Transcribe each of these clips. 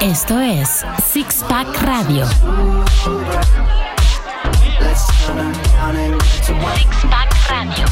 Esto es Six Pack Radio. Six Pack Radio.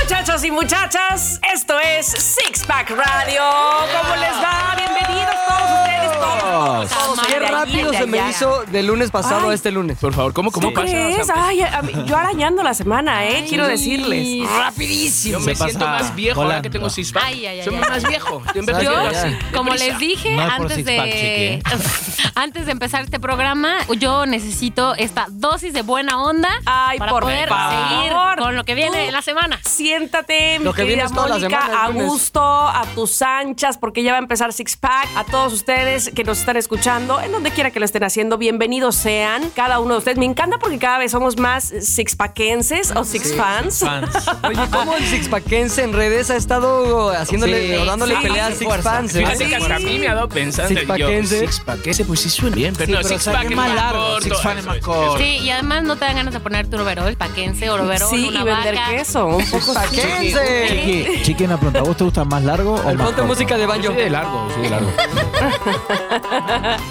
Muchachos y muchachas, esto es Six Pack Radio. ¿Cómo les va? Bienvenidos todos ustedes, todos. todos, todos. Qué Mira, rápido mira, se me ya. hizo del lunes pasado Ay. a este lunes. Por favor, ¿cómo, cómo ¿Qué pasa? O sea, es? Ay, a mí- yo arañando la semana, ¿eh? Quiero decirles. Rapidísimo. yo me Se siento pasa más viejo ahora que tengo volando. six pack. Ay, ay, ay, Soy ay. más viejo. Yo en vez de Yo, llegar así, de como prisa. les dije No es por antes six-pack, de ¿eh? antes de empezar este programa, yo necesito esta dosis de buena onda Ay, para por poder favor. seguir con lo que viene Tú en la semana. Siéntate, mi Lo que viene querida es toda la semana, Mónica, a el lunes. gusto, a tus anchas, porque ya va a empezar Six Pack. A todos ustedes que nos están escuchando, en donde quiera que lo estén haciendo, bienvenidos sean cada uno de ustedes. Me encanta porque cada vez somos más six packenses o six fans. Fans. Oye, ¿cómo el Sixpackense en redes ha estado haciéndole, Sí, o dándole sí, pelea a sí, Six Fans? ¿eh? Fíjate que hasta a mí me ha dado pensando. Six yo, packense. six pack ese, pues sí suena bien. Pero Sí, no, pero six sale pack es más más largo, corto. six pack es Eso más es, corto. eso Sí, y además no te dan ganas de poner tu overol paquense, oroverol, Sí, una y vender vaca. queso, un poco ¡Sixpackense! Chiqui, chiqui, una pregunta. ¿A vos te gusta más largo o El más ponte corto? música de es. baño. Yo soy de largo, soy de largo.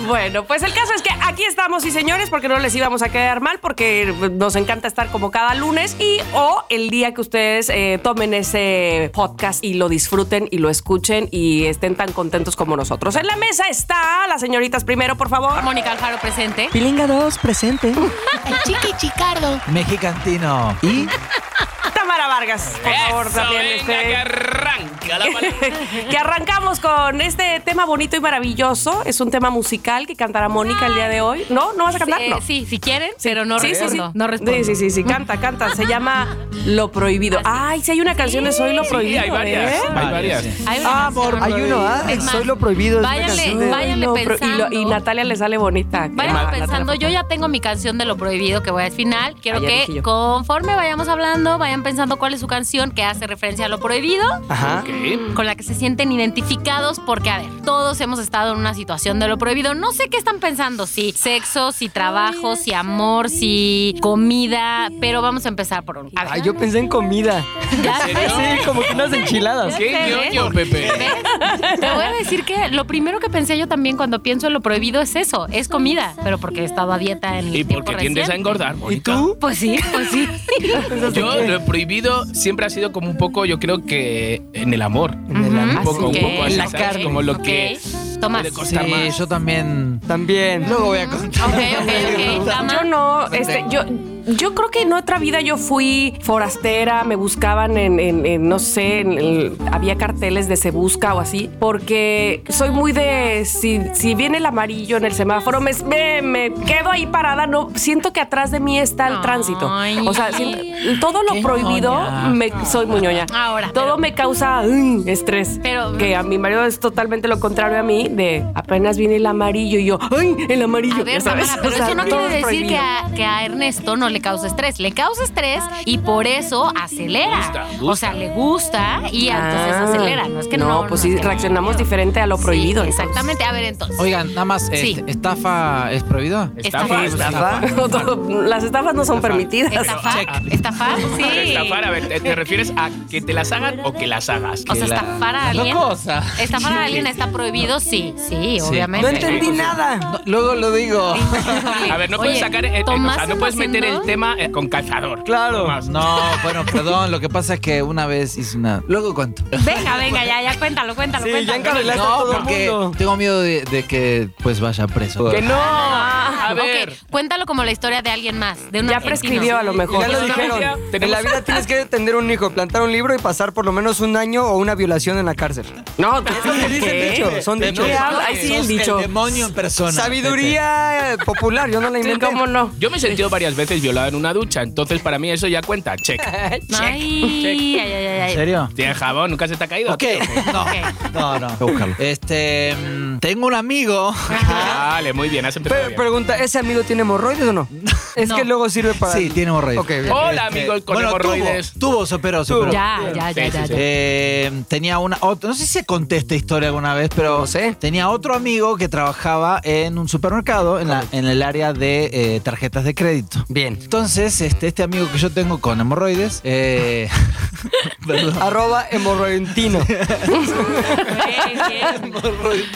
Bueno, pues el caso es que aquí estamos, y señores, porque no les íbamos a quedar mal, porque nos encanta estar como cada lunes y o el día que ustedes eh, tomen ese podcast y lo disfruten y lo escuchen y estén tan contentos como nosotros. En la mesa está las señoritas primero, por favor. Mónica Alfaro presente. Pilinga 2, presente. Mexicantino. Y Tamara Vargas, por favor, Eso, también. venga, este, que arranca la palabra. que arrancamos con este tema bonito y maravilloso. Es un tema musical que cantará Mónica el día de hoy. ¿No? ¿No vas a Eh, cantarlo? sí, si quieren, pero no respondo. No respondo. Sí, sí, sí, sí, canta, canta. Se llama Lo Prohibido. Ay, sí, hay una canción de Soy Lo Prohibido. Sí, hay varias. ¿eh? Hay varias. Hay una canción. Hay uno, ¿ah? Es más, Soy lo prohibido. es una váyanle- canción de- váyanle- Lo pro- y, lo- y pensando. Natalia le sale bonita. Vayan Ah, Natalia pensando, yo Lafourcade. ya tengo mi canción de lo prohibido que voy al final. Ah, Quiero Ayer que dije yo. conforme vayamos hablando, vayan pensando cuál es su canción que hace referencia a lo prohibido, Ah. Ajá. Ok. con la que se sienten identificados, porque a ver, todos hemos estado en una situación de lo prohibido. No sé qué están pensando, si sexo, si trabajo, si amor, si comida, pero vamos a empezar por un. A ver. Ay, yo pensé en comida. ¿Ya ves? Sí, como que unas enchiladas. ¿Qué ñoño, Pepe? ¿Ves? Te voy a decir que lo primero que pensé yo también cuando pienso en lo prohibido es eso, es comida, pero porque he estado a dieta en el Y tiempo porque tiendes a reciente. engordar, ¿Y Mónica. tú? Pues sí, pues sí. Yo lo he prohibido siempre ha sido como un poco, yo creo que en el amor. En el Un amor. poco, un Ok, poco así, La ¿sabes? carne. Como lo Ok. que Tomás. puede sí, costar más. eh, yo también. También. Luego voy a contar. Ok, ok, ok. Tama. Yo no, este, yo, yo creo que en otra vida yo fui forastera, me buscaban en, en- en, no sé, en el- había carteles de se busca o así, porque soy muy de, si, si viene el amarillo en el semáforo, me, me, me quedo ahí parada, no, siento que atrás de mí está el tránsito. Ay. O sea, siento- todo lo Qué prohibido, ñoña. me, soy muñoña. Ahora, Todo pero- me causa mm, estrés. Pero- que a mi marido es totalmente lo contrario a mí, de apenas viene el amarillo y yo, ¡ay, el amarillo! A ya ver, sabes, Tamara, pero o sea, eso no todo quiere es decir prohibido. que a, que a Ernesto no le causa estrés. Le causa estrés y por eso acelera. Gusta, gusta. O sea, le gusta y entonces Ah. acelera. No es que no. pues no sí, es que no. reaccionamos diferente a lo prohibido. Sí, entonces. exactamente. A ver, entonces. Oigan, nada más, este, Sí. ¿estafa es prohibido? Estafa. estafa. Todo- Las estafas no son permitidas. ¿Estafar? ¿Estafar? Sí. Pero estafar, a ver, ¿te, te refieres a que te las hagan o que las hagas? O sea, estafar a alguien. cosa. Estafar a alguien está prohibido, sí, sí, obviamente. No entendí nada. No, luego lo digo. A ver, no puedes Oye, sacar, eh, eh, o Tomás sea, no puedes está meter el haciendo- tema eh, con calzador. Claro. Tomás. No, bueno, perdón. Lo que pasa es que una vez hice una. Luego cuento. Venga, venga, ya, ya, cuéntalo, cuéntalo, Sí, ya cuéntalo. encarrelaste a No, todo el porque mundo. tengo miedo de, de que pues vaya preso. Que no. A Ah, Ok, ver. cuéntalo como la historia de alguien más. De un Ya argentino. prescribió a lo mejor. Ya lo Porque dijeron. solamente En la tenemos- vida tienes que tener un hijo, plantar un libro y pasar por lo menos un año o una violación en la cárcel. No, tú- que dice el ¿qué? dicho, son ¿De dichos. qué habla? Ahí sí el Sos dicho. demonio en persona. Sabiduría eh, popular, yo no la Sí, inventé. ¿Cómo no? Yo me he sentido varias veces violada en una ducha, entonces para mí eso ya cuenta. Check. Ay, ay, ay, ay, Pepe. ay. ¿En serio? Tiene jabón, nunca se te ha caído. Ok, pues, no, Ok. no, no. Este, mm, tengo un amigo. Vale, muy bien, has empezado. Pero bien. pregunta, ¿ese amigo tiene hemorroides o no? Es No. que luego sirve para. Sí, tiene hemorroides. Ok, bien. Hola, amigos con Este, bueno, hemorroides. Tuvo, tuvo, se operó, se operó. Ya, ya, ya, Sí, ya. sí, ya. Eh, tenía una. Otro, no sé si conté esta historia alguna vez, pero. No sé. Tenía otro amigo que trabajaba en un supermercado en, la- en el área de eh, tarjetas de crédito. Bien. Entonces, este, este amigo que yo tengo con hemorroides, eh, Perdón. Arroba hemorroentino.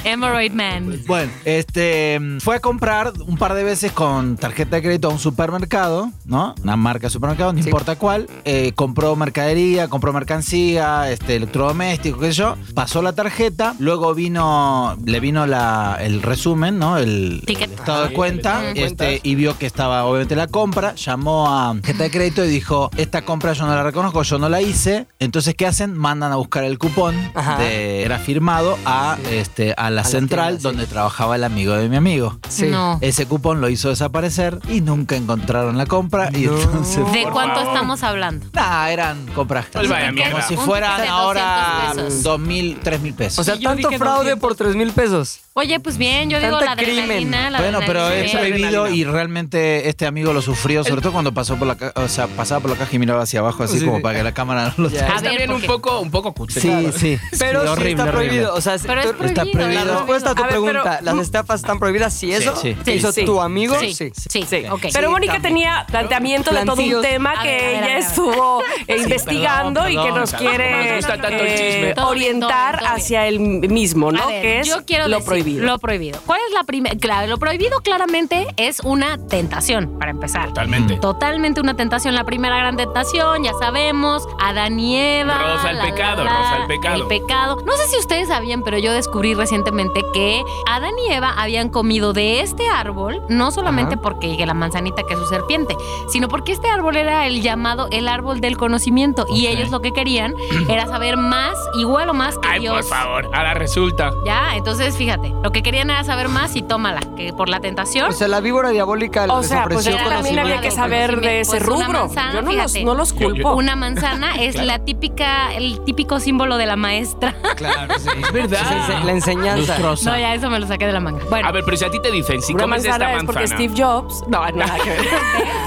Emerald Man. Bueno, este mm, fue a comprar un par de veces con tarjeta de crédito a un supermercado, ¿no? Una marca de supermercado, no importa cuál. Eh, compró mercadería, compró mercancía, este, electrodoméstico, qué sé yo. Pasó la tarjeta, luego vino, le vino la, el resumen, ¿no? El, Ticket. el estado de Ajá, cuenta, Ah, el estado de este, cuentas. y vio que estaba obviamente la compra. Llamó a tarjeta de crédito y dijo: Esta compra yo no la reconozco, yo no la hice. Entonces, ¿qué hacen? Mandan a buscar el cupón. Ajá. de- era firmado a, este, a la la central tienda, sí. donde trabajaba el amigo de mi amigo. Sí. No. Ese cupón lo hizo desaparecer y nunca encontraron la compra. Y No. entonces. ¿De Por cuánto favor. estamos hablando? Nah, eran compras. Pues vaya como mierda. si Un fueran ticket de ahora 200 pesos. 2.000, 3.000 pesos. O sea, Y yo tanto dije fraude 200. por 3 mil pesos. Oye, pues bien, yo digo Tanta la adrenalina, crimen. la bueno, pero adrenalina. es Esa prohibido adrenalina. y realmente este amigo lo sufrió, sobre todo cuando pasó por la ca- o sea, pasaba por la caja y miraba hacia abajo así Sí, como sí. para que la cámara no lo Ya. A Está ver, bien un porque- poco, un poco cutre. Sí, sí. Pero sí, horrible, está horrible. prohibido. O sea, Pero es tú- prohibido. está prohibido. la prohibido. respuesta a tu A ver, pregunta, pero- ¿las estafas están prohibidas? Si eso sí. que hizo Sí. tu amigo, Sí, sí, sí, Sí. ok. Pero Sí, Mónica también. tenía planteamiento de todo un Plantillos. tema A que ver, a ver, a ver, a ella ver. estuvo eh, investigando perdón, y que nos perdón. quiere Nos gusta tanto el eh, chisme. Todo bien, orientar todo bien, todo hacia el mismo, ¿no? A ver, que es yo quiero lo decir prohibido. Lo prohibido. ¿Cuál es la primera? Claro, lo prohibido claramente es una tentación, para empezar. Totalmente. Totalmente una tentación. La primera gran tentación, ya sabemos, Adán y Eva. Rosa el la, la, pecado, la, rosa el pecado. El pecado. No sé si ustedes sabían, pero yo descubrí recientemente que Adán y Eva habían comido de este árbol, no solamente porque la manzanita que es su serpiente, sino porque este árbol era el llamado el árbol del conocimiento y Ok. ellos lo que querían era saber más, igual o más que Ay, Dios. por favor. Ahora resulta. Ya, entonces fíjate, lo que querían era saber más y tómala, que por la tentación. O sea, la víbora diabólica O les sea, pues ofreció era ella también conocimiento. había que conocimiento. saber de ese Pues una rubro. manzana, yo no los, fíjate. no los Yo- yo- culpo. Una manzana es Claro. la típica, el típico símbolo de la maestra. Claro, sí. Es verdad. Sí, sí, Ah. La enseñanza. Lustrosa. No, ya eso me lo saqué de la manga. Bueno, A ver, pero si a ti te dicen, si Una comes esta manzana es porque manzana, Steve Jobs. No, nada que ver.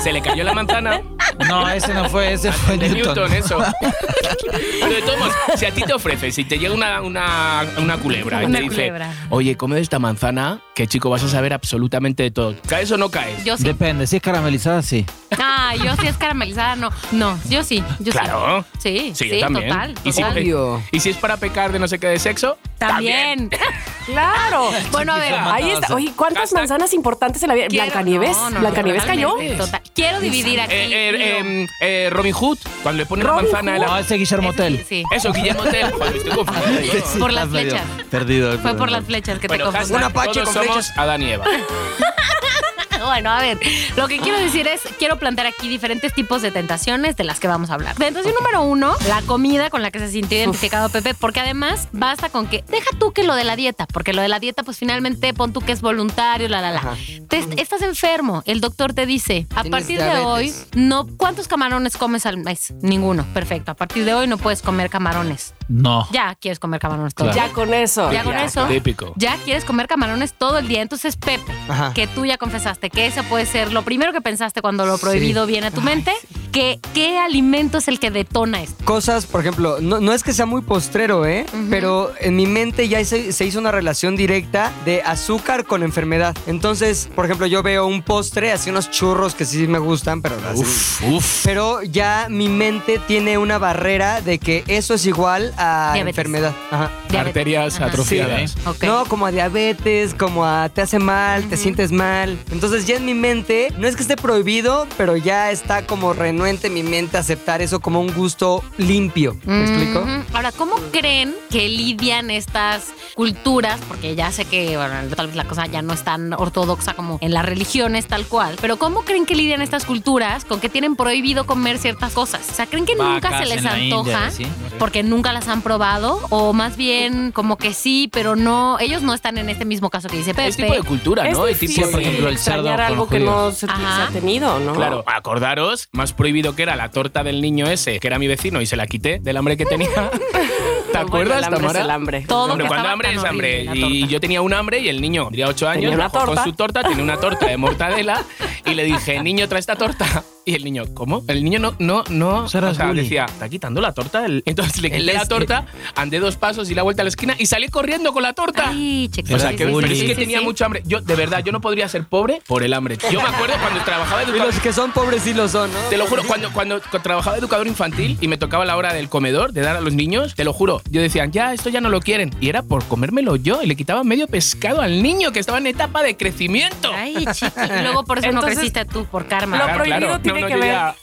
se le cayó la manzana. No, ese no fue, ese fue El de Newton. Newton, eso. Pero de todos modos, si a ti te ofrecen, si te llega una, una, una culebra y Una te dice, culebra. oye, come esta manzana, que chico, vas a saber absolutamente de todo. ¿Caes o no caes? yo sí. Depende, si es caramelizada, sí. Ah, yo sí es caramelizada, no. No, yo sí, yo sí. Claro. Sí, sí, yo también. total. ¿Y si, total. Obvio. y si es para pecar de no sé qué de sexo, También. Claro. Bueno, a ver. Ahí está. Oye, ¿cuántas Hashtag- manzanas importantes se le había? quiero- Blancanieves. no, no, no, Blancanieves cayó. totalmente, total. Quiero dividir aquí. Eh, eh, digo, eh, eh, Robin Hood, cuando le ponen la Robin manzana a No, la... ese es Guillermo ese sí, Tell. sí. Eso, Guillermo Tell. Joder, estoy confundido. yo. Por las flechas. Perdido. Fue por las flechas que Bueno, te confundí. hashtag, Un apache todos con somos Adán y Eva. Bueno, a ver, lo que quiero decir es, quiero plantear aquí diferentes tipos de tentaciones de las que vamos a hablar. Tentación número uno, la comida con la que se sintió identificado Pepe, porque además basta con que, deja tú que lo de la dieta, porque lo de la dieta, pues finalmente pon tú que es voluntario, la, la, la. Ajá. Te- estás enfermo, el doctor te dice, a Tienes partir de diabetes. hoy, no, ¿cuántos camarones comes al mes? Ninguno, perfecto, a partir de hoy no puedes comer camarones. No. Ya quieres comer camarones todo el Claro. Ya con eso. Ya con eso. Típico. ya quieres comer camarones todo el día. Entonces, Pepe, Ajá. que tú ya confesaste que ese puede ser lo primero que pensaste cuando lo prohibido viene a tu mente, que qué alimento es el que detona esto. Cosas, por ejemplo, no, no es que sea muy postrero, ¿eh? Pero en mi mente ya se, se hizo una relación directa de azúcar con enfermedad. Entonces, por ejemplo, yo veo un postre, así unos churros que sí me gustan, pero así- Uf, uf. Pero ya mi mente tiene una barrera de que eso es igual a Diabetes. enfermedad. Ajá. Diabetes. Arterias Ajá. atrofiadas. Sí, ¿eh? Ok. No, como a diabetes, como a te hace mal, te sientes mal. Entonces ya en mi mente, no es que esté prohibido, pero ya está como renuente mi mente a aceptar eso como un gusto limpio. Mm. ¿Me explico? Ujú. Ahora, ¿cómo creen que lidian estas culturas? Porque ya sé que bueno, tal vez la cosa ya no es tan ortodoxa como en las religiones tal cual, pero ¿cómo creen que lidian estas culturas con que tienen prohibido comer ciertas cosas? O sea, ¿creen que nunca Vacas se les en la antoja? India, ¿sí? Porque nunca las han probado, o más bien como que sí, pero no, ellos no están en este mismo caso que dice Pepe. Es tipo de cultura, Es ¿no? Es difícil tipo, por ejemplo, el cerdo extrañar con algo los que judíos. no se, se Ajá. ha tenido, ¿no? Claro, acordaros, más prohibido que era la torta del niño ese, que era mi vecino y se la quité del hambre que tenía. ¿Te Pero bueno, acuerdas, el hambre es Tamara? el hambre. Todo Hombre, que cuando estaba hambre tan es hambre. horrible, la Y torta. yo tenía un hambre y el niño tenía 8 años, Tenía una bajó torta. con su torta, tenía una torta de mortadela y le dije, niño, trae esta torta. Y el niño, ¿cómo? El niño no, no, no. O Serás sea, bully. decía, está quitando la torta. del-". Entonces le Él quité la es- torta, andé dos pasos y la vuelta a la esquina y salí corriendo con la torta. Ay, checa. O sea, Era que, pero bullying. es que Sí, sí, tenía sí. mucho hambre. Yo, de verdad, yo no podría ser pobre por el hambre. Yo me acuerdo cuando trabajaba Y educador. los que son pobres sí lo son, ¿no? Te lo juro, cuando, cuando trabajaba educador infantil y me tocaba la hora del comedor de dar a los niños, te lo juro, yo decían, ya, esto ya no lo quieren. Y era por comérmelo yo y le quitaba medio pescado al niño que estaba en etapa de crecimiento. Ay, chiqui. Y luego por eso Entonces, no creciste tú, por Lo karma. Claro, prohibido claro. tiene No, no, que yo ver ya-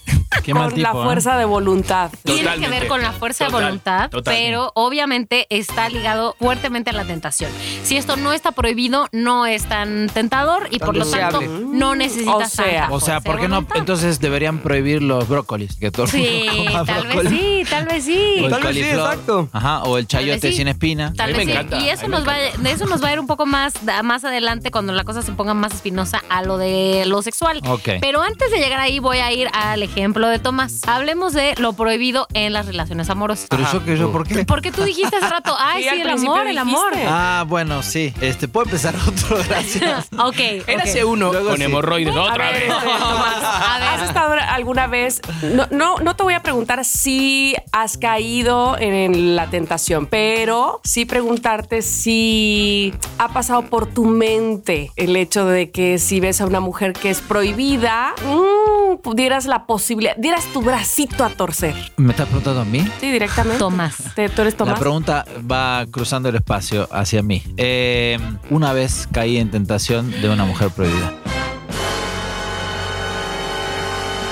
Qué con mal tipo, la ¿eh? fuerza de voluntad. Tiene que Totalmente. ver con la fuerza Total, de voluntad, totalmente. pero obviamente está ligado fuertemente a la tentación. Si esto no está prohibido, no es tan tentador y por lo tanto deseable. no necesitas O sea, tanta O fuerza sea, ¿por de qué no? voluntad. Entonces deberían prohibir los brócolis. Que todo el Sí, mundo coma tal vez brócoli. sí, tal vez sí. O el Tal vez sí, coliflor. exacto. Ajá, o el vez chayote sí. sin espina. Tal A mí vez me sí. encanta, Y eso a mí me nos, va, de eso nos va a ir un poco más, da- más adelante cuando la cosa se ponga más espinosa a lo de lo sexual. Ok. Pero antes de llegar ahí voy a ir al ejemplo de Tomás. Hablemos de lo prohibido en las relaciones amorosas. Pero yo que yo, ¿por qué? Porque tú dijiste hace rato, ay, Sí, sí, al el principio amor, el amor. dijiste. Ah, bueno, sí. Este, puedo empezar otro, gracias. Ok. Era ok. ese uno Luego con sí. hemorroides A otra ver, vez. este, Tomás, A ver. ¿Has estado alguna vez? No, no, no te voy a preguntar si has caído en la tentación, pero sí preguntarte si ha pasado por tu mente el hecho de que si ves a una mujer que es prohibida, mm, pudieras la posibilidad, dieras tu bracito a torcer. ¿Me estás preguntando a mí? Sí, directamente. Tomás. Te- ¿Tú eres Tomás? La pregunta va cruzando el espacio hacia mí. Eh, una vez caí en tentación de una mujer prohibida.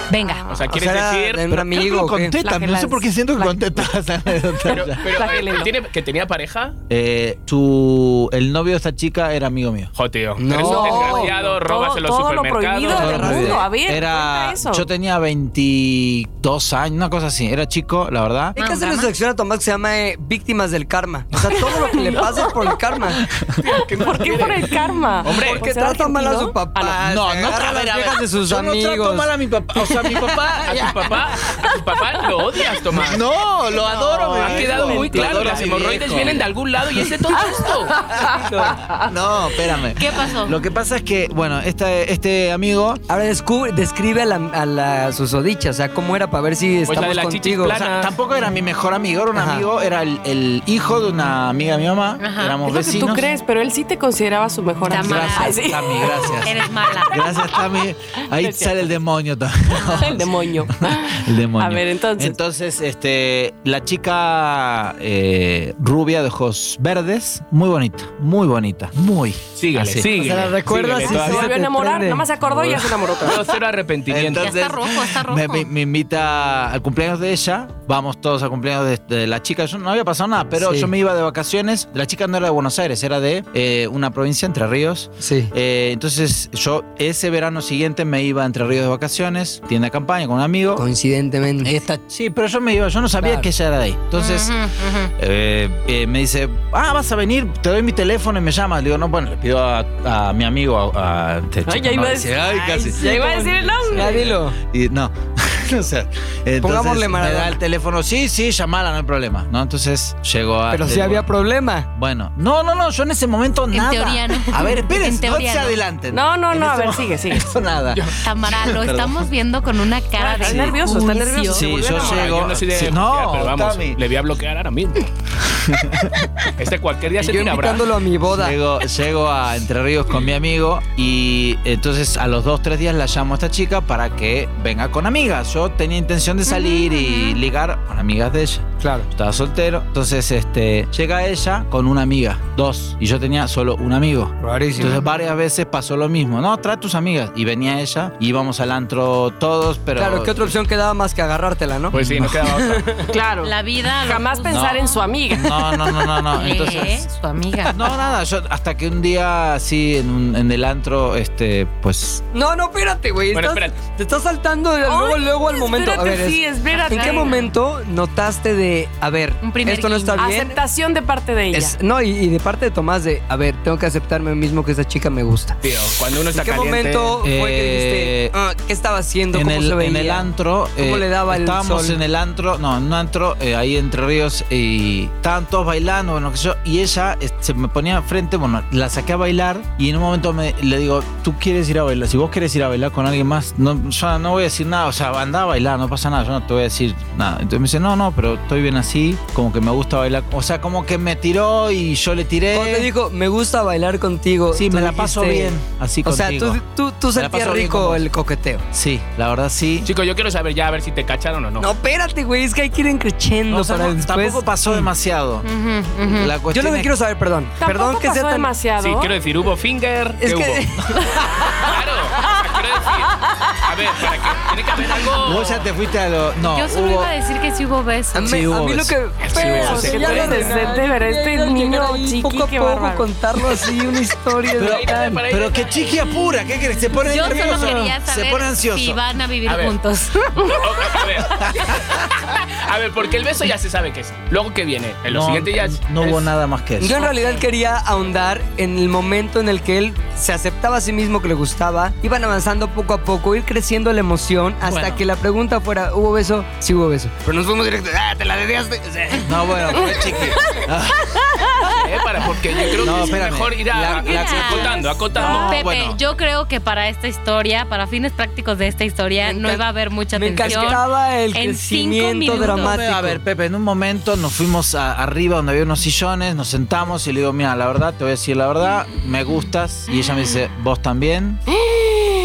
Venga. O sea, O ¿quieres sea, era decir? de un amigo. o La qué? que las- la- contetas. Pero, pero, La eh, Helen, ¿no? ¿tiene- ¿Que tenía pareja? Eh, tu, el novio de esta chica era amigo mío. Jo, tío. No. Eres un desgraciado, No, robas en los todo- todo lo supermercados. prohibido Todo del lo mundo, prohibido. a ver, era, cuenta eso. Yo tenía 22 años, una cosa así. Era chico, la verdad. Hay que Ah, hacer una drama. sección a Tomás que se llama eh, Víctimas del Karma. O sea, todo lo que le pasa es por el karma. ¿Por qué por el karma? Hombre, ¿Por Porque ser trata mal a argentino? su papá. Ah, No, se no, agarra a ver, las a ver. viejas de sus Yo amigos. no trato mal a mi papá. O sea, mi papá. A tu papá, a tu papá lo odias, Tomás. No, lo adoro. mi Ha viejo. quedado muy Lo claro. adoro a Las mi hemorroides viejo. vienen de algún lado y es de todo esto. No, espérame. ¿Qué pasó? Lo que pasa es que, bueno, este, este amigo Ahora descubre, describe a la, a la susodicha, o sea, cómo era para ver si Pues la de estamos la contigo. chichis O sea, planas. tampoco era mi mejor amigo, era un Ajá. amigo, era el, el hijo de una amiga de mi mamá, Ajá. éramos Es lo que tú vecinos. crees, pero él sí te consideraba su mejor amigo. Tamara. Ay, Gracias, sí. Tami, Ah. gracias. Eres mala. Gracias, Tami. Ahí sale el demonio también. El demonio. El demonio. A ver, entonces. Entonces, este, la chica eh, rubia de ojos verdes, muy bonita, muy bonita, muy. Síguele, Así. síguele. O sea, ¿la recuerdas? Síguele, Sí, se todavía volvió a enamorar, Prende. nada más se acordó y ya se enamoró otra vez. Yo cero arrepentimiento. Ya está rojo, está rojo. Me, me- me invita al cumpleaños de ella. Vamos todos al cumpleaños de, de la chica. Yo no había pasado nada, pero Sí. yo me iba de vacaciones. La chica no era de Buenos Aires, era de eh, una provincia, Entre Ríos. Sí. Eh, entonces yo ese verano siguiente me iba a Entre Ríos de vacaciones, tienda de campaña con un amigo. Coincidentemente. Esta, sí, pero yo me iba, yo no sabía Claro. que ella era de ahí. Entonces Ujú, ujú. eh, eh, me dice, ah, vas a venir, te doy mi teléfono y me llamas. Le digo, no, bueno, le pido a, a mi amigo, a, a- este Ay, chico, ya iba ¿no? a decir. Dice, ay, casi. Ya iba a decir el nombre. Ya dilo. Y no. o sea, entonces Pongámosle me Maradona. da el teléfono, sí, sí, llamala, no hay problema. ¿No? Entonces llegó a. Pero sí llegó- había problema. Bueno, no, no, no, yo en ese momento En nada. teoría no. A ver, En espérense, no teoría se no. adelanten. No, no, En no, a ese ver, sigue, sigue. momento nada. Tamara, lo Perdón. estamos viendo con una cara de. Está nervioso, está juicio. nervioso. Sí, volvió a yo enamorar. llego. Yo no soy de Sí, bloquear, no, pero vamos, Tami. le voy a bloquear ahora mismo. Este cualquier día se Y yo tira bravo. invitándolo a mi boda. Llego, llego a Entre Ríos con mi amigo y entonces a los dos, tres días la llamo a esta chica para que venga con amigas. Yo tenía intención de salir y ligar con amigas de ella. Claro. Estaba soltero, entonces este, llega ella con una amiga, dos, y yo tenía solo un amigo. Rarísimo. Entonces varias veces pasó lo mismo, no, trae a tus amigas. Y venía ella, y íbamos al antro todos, pero... claro, ¿qué otra opción quedaba más que agarrártela, no? Pues sí, no quedaba otra. Claro. La vida. lo Jamás juzga. pensar No. en su amiga. No, no, no, no, no. Eh, Entonces... Su amiga. No, nada, yo hasta que un día así en, un- en el antro, este, pues No, no, espérate, güey. Bueno, estás- espérate. Te estás saltando de- luego, Ay, luego al momento. A Espérate, ver, es- sí, espérate. ¿en qué momento notaste de, a ver, Un primer esto no está Ah, guiño. bien? Aceptación de parte de ella. Es- no, y, y de parte de Tomás de, a ver, tengo que aceptarme a mí mismo que esta chica me gusta. Tío, cuando uno ¿En está qué caliente. momento fue que dijiste, Eh, ah, qué estaba haciendo, en cómo el, se veía? en el antro. eh, ¿Cómo le daba el Estábamos sol? en el antro, no, en un antro eh, ahí entre ríos y estaban todos bailando, bueno, qué sé yo. Y ella eh, se me ponía frente, bueno, la saqué a bailar y en un momento me, le digo, tú quieres ir a bailar, si vos quieres ir a bailar con alguien más, no, yo no voy a decir nada, o sea, anda a bailar, no pasa nada, yo no te voy a decir nada. Entonces me dice, no, no, pero estoy bien así, como que me gusta bailar, o sea, como que me tiró y yo le tiré. Cuando te dijo, me gusta bailar contigo. Sí, tú me la paso dijiste- bien, así O sea, contigo. tú, tú, tú Me la sentías paso bien con rico vos. el coqueteo. Sí, la verdad sí. Chico, yo quiero saber ya a ver si te cacharon o no. No, espérate, güey, es que hay que ir No, creciendo o sea, para no, después. tampoco pasó demasiado. Ujú, ujú. La Yo cuestión lo que es- quiero saber, perdón. Tampoco perdón que sea pasó tan. demasiado. Sí, quiero decir, hubo finger, ¿qué Es hubo? que- Claro, o sea, quiero decir. A ver, para que tiene que haber algo. Vos ya te fuiste a lo. No, Yo solo hubo- iba a decir que sí hubo A besos. mí, Sí, a hubo mí lo beso. que. Sí, Pero, hubo si beso. ya lo Qué decente, pero este Llegar niño ahí chiqui, poco a qué poco bárbaro. contarlo así, una historia. de Pero- tal. para ir- Pero qué chiquia pura, ¿qué crees? Se pone Yo solo nervioso. quería se saber pone ansioso. si van a vivir A ver. juntos. O- a ver. A ver, porque el beso ya se sabe que sí. Luego que viene, en lo No, siguiente ya. es- No hubo nada más que eso. Yo en realidad quería ahondar en el momento en el que él se aceptaba a sí mismo que le gustaba, iban avanzando poco a poco, ir creciendo la emoción hasta Bueno. que la pregunta fuera, ¿hubo beso? Sí hubo beso. Pero nos fuimos directo, ¡ah, te la dediaste! No, bueno, fue chiqui. Ah, ¿eh? Para, porque yo creo No, que es espérame. mejor ir a, La- la- acotando, acotando. No, Pepe, bueno. yo creo que para esta historia, para fines prácticos de esta historia, Me no encan- iba a haber mucha Me tensión. encascaba el En cinco crecimiento minutos. dramático. A ver, Pepe, en un momento nos fuimos a- arriba donde había unos sillones, nos sentamos y le digo, mira, la verdad, te voy a decir la verdad, me gustas. Y ella me dice, vos también.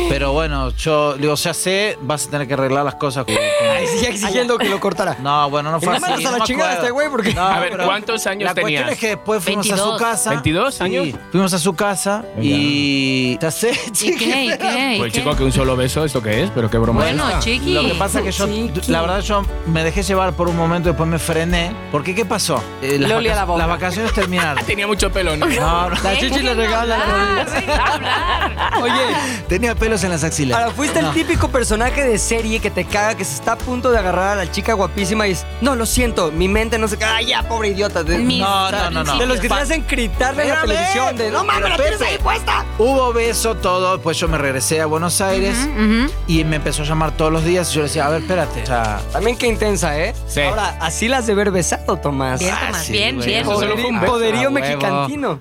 Pero bueno, yo le digo, ya sé, vas a tener que arreglar las cosas. con- con- Ay, sí, exigiendo que lo cortara. No, bueno, no fue Y así. Ah, no mandas a la me chingada acuerdo. a este güey, porque- No, A ver, pero ¿cuántos años la cuestión tenías? es que después fuimos a 22. su casa. ¿22 años? Sí, fuimos a su casa y... ¿Te hace, ¿Y qué? ¿Y qué? ¿Y Pues qué? chico, que un solo beso, ¿esto qué es? Pero qué broma Bueno, es esta? chiqui. Lo que pasa es que yo, la verdad, yo me dejé llevar por un momento, después me frené. Porque, ¿qué pasó? Eh, las, Le olía la boca. las vacaciones terminaron. Ah, Tenía mucho pelo, ¿no? No, no, La chichi le regala. la rodilla. Oye, tenía pelos en las axilas. ahora fuiste el No. típico personaje de serie que te caga, que se está a punto de agarrar a la chica guapísima y dices, no, lo siento, mi mente no se caga, ay, ya, pobre idiota. De- Mis- No, no, no, no. De los que te Pa- hacen gritarle en la Espérame. televisión de no mames, la Pero tienes ahí Pepe. puesta. Hubo beso, todo. Después yo me regresé a Buenos Aires Ujú, ujú. y me empezó a llamar todos los días. Y yo le decía, a ver, espérate. O sea, También qué intensa, ¿eh? Sí. Ahora, así las de haber besado, Tomás. Bien, Ah, Tomás, sí, bien, güey, bien. eso solo fue un Poderi- beso. Poderío Ah, huevo. mexicantino.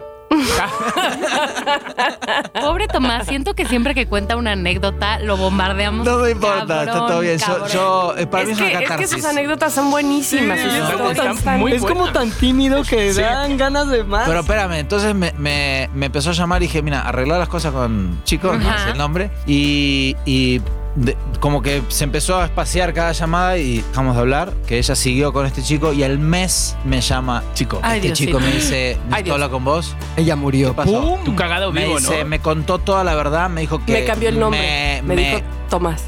Pobre Tomás, siento que siempre que cuenta una anécdota lo bombardeamos. no me importa, está todo bien. Yo, Cabrón, yo- eh, para es, mí es que, una es que catarsis. sus anécdotas son buenísimas. Sí, sus están- historias están están- muy- es como buena. tan tímido que Sí. dan ganas de más. Pero espérame, entonces me, me- me empezó a llamar y dije, mira, arreglar las cosas con chicos, no Ajá. es el nombre. Y, y de- como que se empezó a espaciar cada llamada y dejamos de hablar, que ella siguió con este chico y al mes me llama chico. Ay, este Diosito. chico me dice, Ay, ¿necesito Dios. hablar con vos? Ella murió. ¿Qué pasó? ¡Pum! Tú cagado Me, vivo, dice- ¿no? me contó toda la verdad, me dijo que... me cambió el nombre. Me, Me, me- dijo Tomás.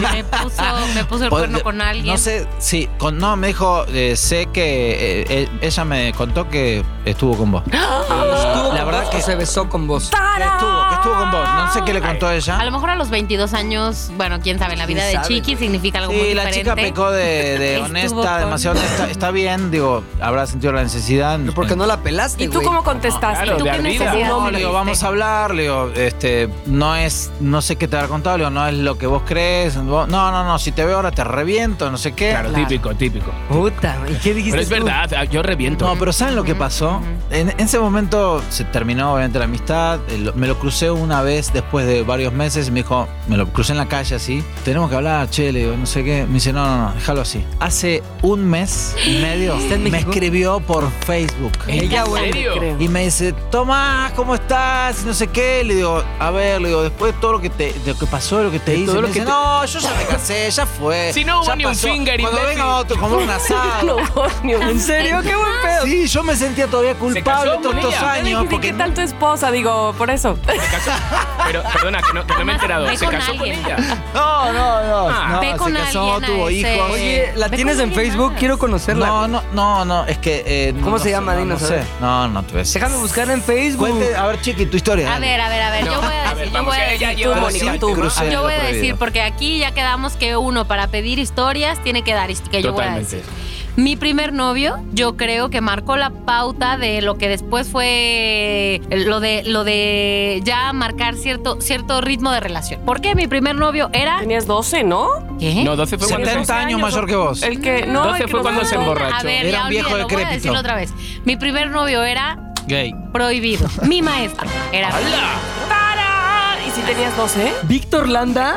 Me puso, me puso el Pod- cuerno con alguien. Pues, No sé, sí, con- no, me dijo, eh, sé que eh, eh, ella me contó que estuvo con vos. Estuvo La con verdad vos que- o se besó con vos. Que estuvo, que estuvo con vos. No sé qué le contó ella. A lo mejor a los 22 años, bueno, quién sabe, la vida ¿Quién de sabe? Chiqui significa algo muy Sí, la diferente. chica pecó de, de Estuvo honesta, con- demasiado honesta. Está bien, digo, habrá sentido la necesidad. Pero Porque no la pelaste, ¿Y tú Este güey. cómo contestaste? Claro, ¿Tú de qué ardida. necesidad? No, le digo, vamos a hablar, le digo, este, no es, no sé qué te habrá contado, le digo, no es lo que vos crees, vos- no, no, no, si te veo ahora te reviento, no sé qué. Claro, típico, típico. Puta, ¿y qué dijiste Pero es tú? verdad, ah, yo reviento. No, pero ¿saben lo que pasó? En, en ese momento se terminó obviamente la amistad, eh, lo- me lo crucé una vez después de varios meses y me dijo, me lo crucé en la calle así, tenemos que hablar, che, le digo, no sé qué, me dice, no, no, no, déjalo así. Hace un mes y medio ¿Está en me México? escribió por Facebook. Ella, ¿En güey. serio? creo. Y me dice, Tomás, ¿cómo estás? Y No sé qué. Le digo, a ver, le digo, después de todo lo que, te, de lo que pasó, de lo que te De hice. todo me lo dice, que te- no, yo ya me casé, ya fue. Si no hubo ya ni un pasó. finger, Cuando imbécil". venga otro, como un No, asado. ni un- ¿En serio? ¡Qué buen pedo! ah, Sí, yo me sentía todavía culpable casó, todos estos María. Yo le años. dije, Porque ¿qué tal tu esposa? Digo, por eso. Se casó- Pero, perdona, que no, que no me Además, he enterado. ve ¿Se con casó con alguien. ella? No, no, no. Ah. no Ve con se casó, alguien a tuvo ese- hijos. Oye, ¿la Ve tienes con en alguien Facebook? más. Quiero conocerla. No, no, no, no, es que. eh, ¿Cómo no se sé, llama? No, no Dinos, a sé. ver. No, no, te voy a decir. Déjame buscarla en Facebook. Cuente, a ver, Chiqui, tu historia. A dale. ver, a ver, a ver, No, yo voy a a ver, decir yo Vamos, voy a que decir ella tú, lleva Mónica, bastante, tú. ¿no? Crucero. Yo voy a decir, prohibido. porque aquí ya quedamos que uno para pedir historias tiene que dar historias. Yo voy a Totalmente. decir. Mi primer novio, yo creo que marcó la pauta de lo que después fue eh, lo de lo de ya marcar cierto cierto ritmo de relación. Porque mi primer novio era Tenías 12, ¿no? ¿Qué? No, 12 fue cuando... 70 años mayor que vos. El que no, el 12 que fue nos cuando se mandó. emborrachó. A ver, Era ya un viejo olvídalo, voy a decrépito. decirlo otra vez. Mi primer novio era Gay. prohibido. Mi maestra era ¡Hala! ¡Tarán! ¿Y si tenías eh? 12? Víctor Landa.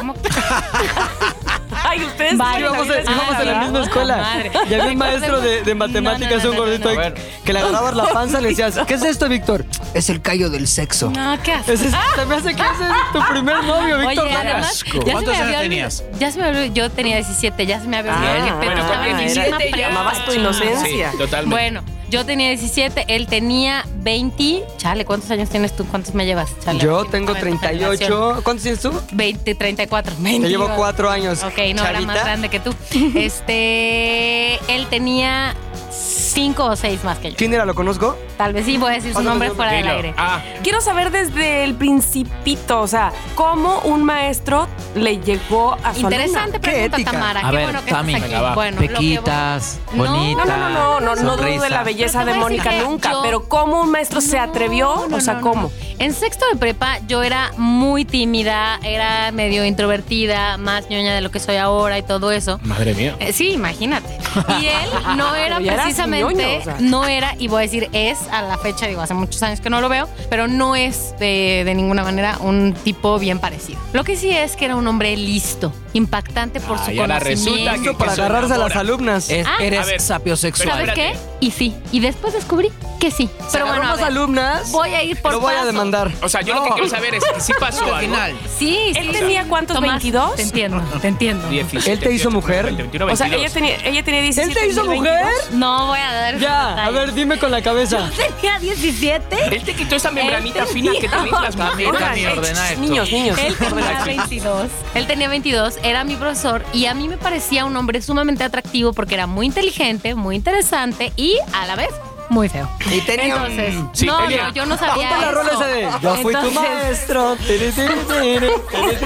Ay, ustedes Vale. también Íbamos, a, están íbamos a la ¿verdad? misma escuela. madre. Y había un maestro de, de matemáticas, No, no, no, un gordito no, no. ahí, que le agarrabas la panza y le decías, ¿qué es esto, Víctor? Es el callo del sexo. No, ¿qué haces? Ese es- se me hace que ese es tu primer novio, Víctor Oye, Landa. además, ya se me ¿Cuántos había años olvidado- tenías? Ya se me había Yo tenía 17, ya se me había olvidado. Ah, que bueno, estaba con en la 17 misma ya. Amabas tu inocencia. Sí, totalmente. Bueno, yo tenía 17, él tenía 20. Chale, ¿cuántos años tienes tú? ¿Cuántos me llevas? Chale, Yo sí, tengo me toca generación. 38. ¿Cuántos tienes tú? 20, 34. 20, Te llevo cuatro años. Ok, no, era más Chavita. grande que tú. Este, él tenía cinco o seis más que yo. ¿Quién era? ¿Lo conozco? Tal vez sí voy a decir su Pásame nombre tu fuera del Dilo. aire. Ah, Quiero saber desde el principito, o sea, cómo un maestro le llegó a su Interesante Qué pregunta, ética. Tamara. A Qué ver, bueno que Tami, estás aquí. venga, va. Bueno, lo que voy- Pequitas, No, no, bonita. alumna. No, no, no, no, no, no dudo de la sonrisa. Pero belleza de Pues te voy a decir Mónica que nunca, yo- pero cómo un maestro se No, atrevió, no, o sea, no, cómo. no. En sexto de prepa yo era muy tímida, era medio introvertida, más ñoña de lo que soy ahora y todo eso. madre mía. Eh, Sí, imagínate. Y él no era Pero ya eras precisamente, ñoño, o sea. no era, y voy a decir es a la fecha, digo, hace muchos años que no lo veo, pero no es de, de ninguna manera un tipo bien parecido. Lo que sí es que era un hombre listo, impactante por Ah, su y ahora conocimiento. resulta Esto que para se agarrarse a las enamora. alumnas. Es- Ah, eres a ver, sapiosexual. ¿Sabes qué? Y sí. Y después descubrí que sí. Pero bueno, a Agarramos ver, alumnas. voy a ir por lo voy a pasos. demandar. O sea, yo lo que quiero saber es si pasó algo. final. Sí, sí. ¿Él tenía cuántos, 22? Te entiendo, te entiendo. 17, ¿Él te hizo 18, mujer? 20, 21, O sea, 22. ella tenía, ella tenía 17. ¿Él te hizo ¿él tenía mujer? 22? No voy a dar. Ya, a detalles. ver, dime con la cabeza. Tenía 17. Él te quitó esa membranita Él fina que tenía- tenéis las mujeres. Oigan, Tami, eh, ordena ch- esto. niños, niños. Él tenía 22. Él tenía 22, era mi profesor y a mí me parecía un hombre sumamente atractivo porque era muy inteligente, muy interesante y a la vez muy feo. Y tenía un- Entonces, Sí, no, tenía. no, yo no sabía Ponte eso. la rola esa de Yo fui tu Entonces, maestro. Tiri, tiri, tiri, tiri,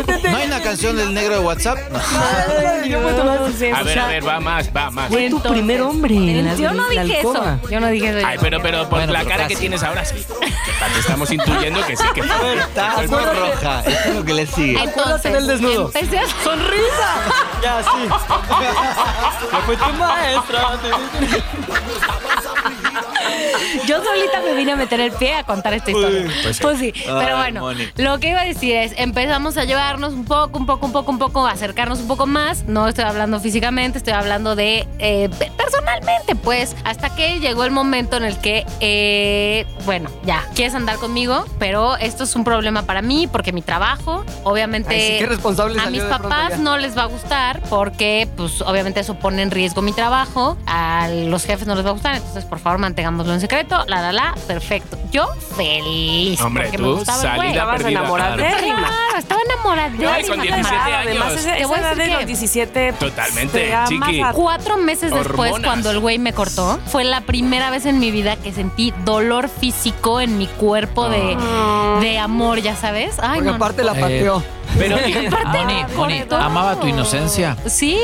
tiri, tiri. ¿No hay una canción del negro de WhatsApp? No. Yo fui tu maestro. A ver, a ver, va más, va más. Fue tu Entonces, primer hombre en la- Yo no en la dije alcoba. eso. Yo no dije eso. Ay, pero, pero por Bueno, la pero cara que casi. tienes ahora sí. Te estamos intuyendo que sí, que fue. Está muy roja. Esto es lo que le sigue. Acuérdate del desnudo. empecé a- ¡Sonrisa! Ya, sí. Yo fui tu maestro. tiri, tiri. Yo solita me vine a meter el pie a contar esta historia. Pues, sí, pero Ay, bueno, Moni. lo que iba a decir es, empezamos a llevarnos un poco, un poco, un poco, un poco, a acercarnos un poco más. No estoy hablando físicamente, estoy hablando de eh, pe- personalmente, pues, hasta que llegó el momento en el que, eh, bueno, ya, quieres andar conmigo, pero esto es un problema para mí porque mi trabajo, obviamente... Ay, sí, qué responsable Eh, A salió mis de pronto papás ya. no les va a gustar porque, pues, obviamente eso pone en riesgo mi trabajo. A los jefes no les va a gustar, entonces, por favor, mantengámoslo en secreto. La, la, la, perfecto. Yo feliz. Hombre, porque me tú gustaba el güey. salida Estabas perdida. enamorada. claro. Claro, estaba enamorada de Ay, él, con imagínate. 17 años. Además, esa, Te voy a esa edad decir de que- los 17. pues, Totalmente, te amas chiqui. a- Cuatro meses después, Hormonas. cuando el güey me cortó, fue la primera vez en mi vida que sentí dolor físico en mi cuerpo de, de amor, ya sabes. Ay, Ah. Porque no, no. aparte la pateó. Pero, Aparte, Moni, por Moni, Dios. amaba tu inocencia. Sí,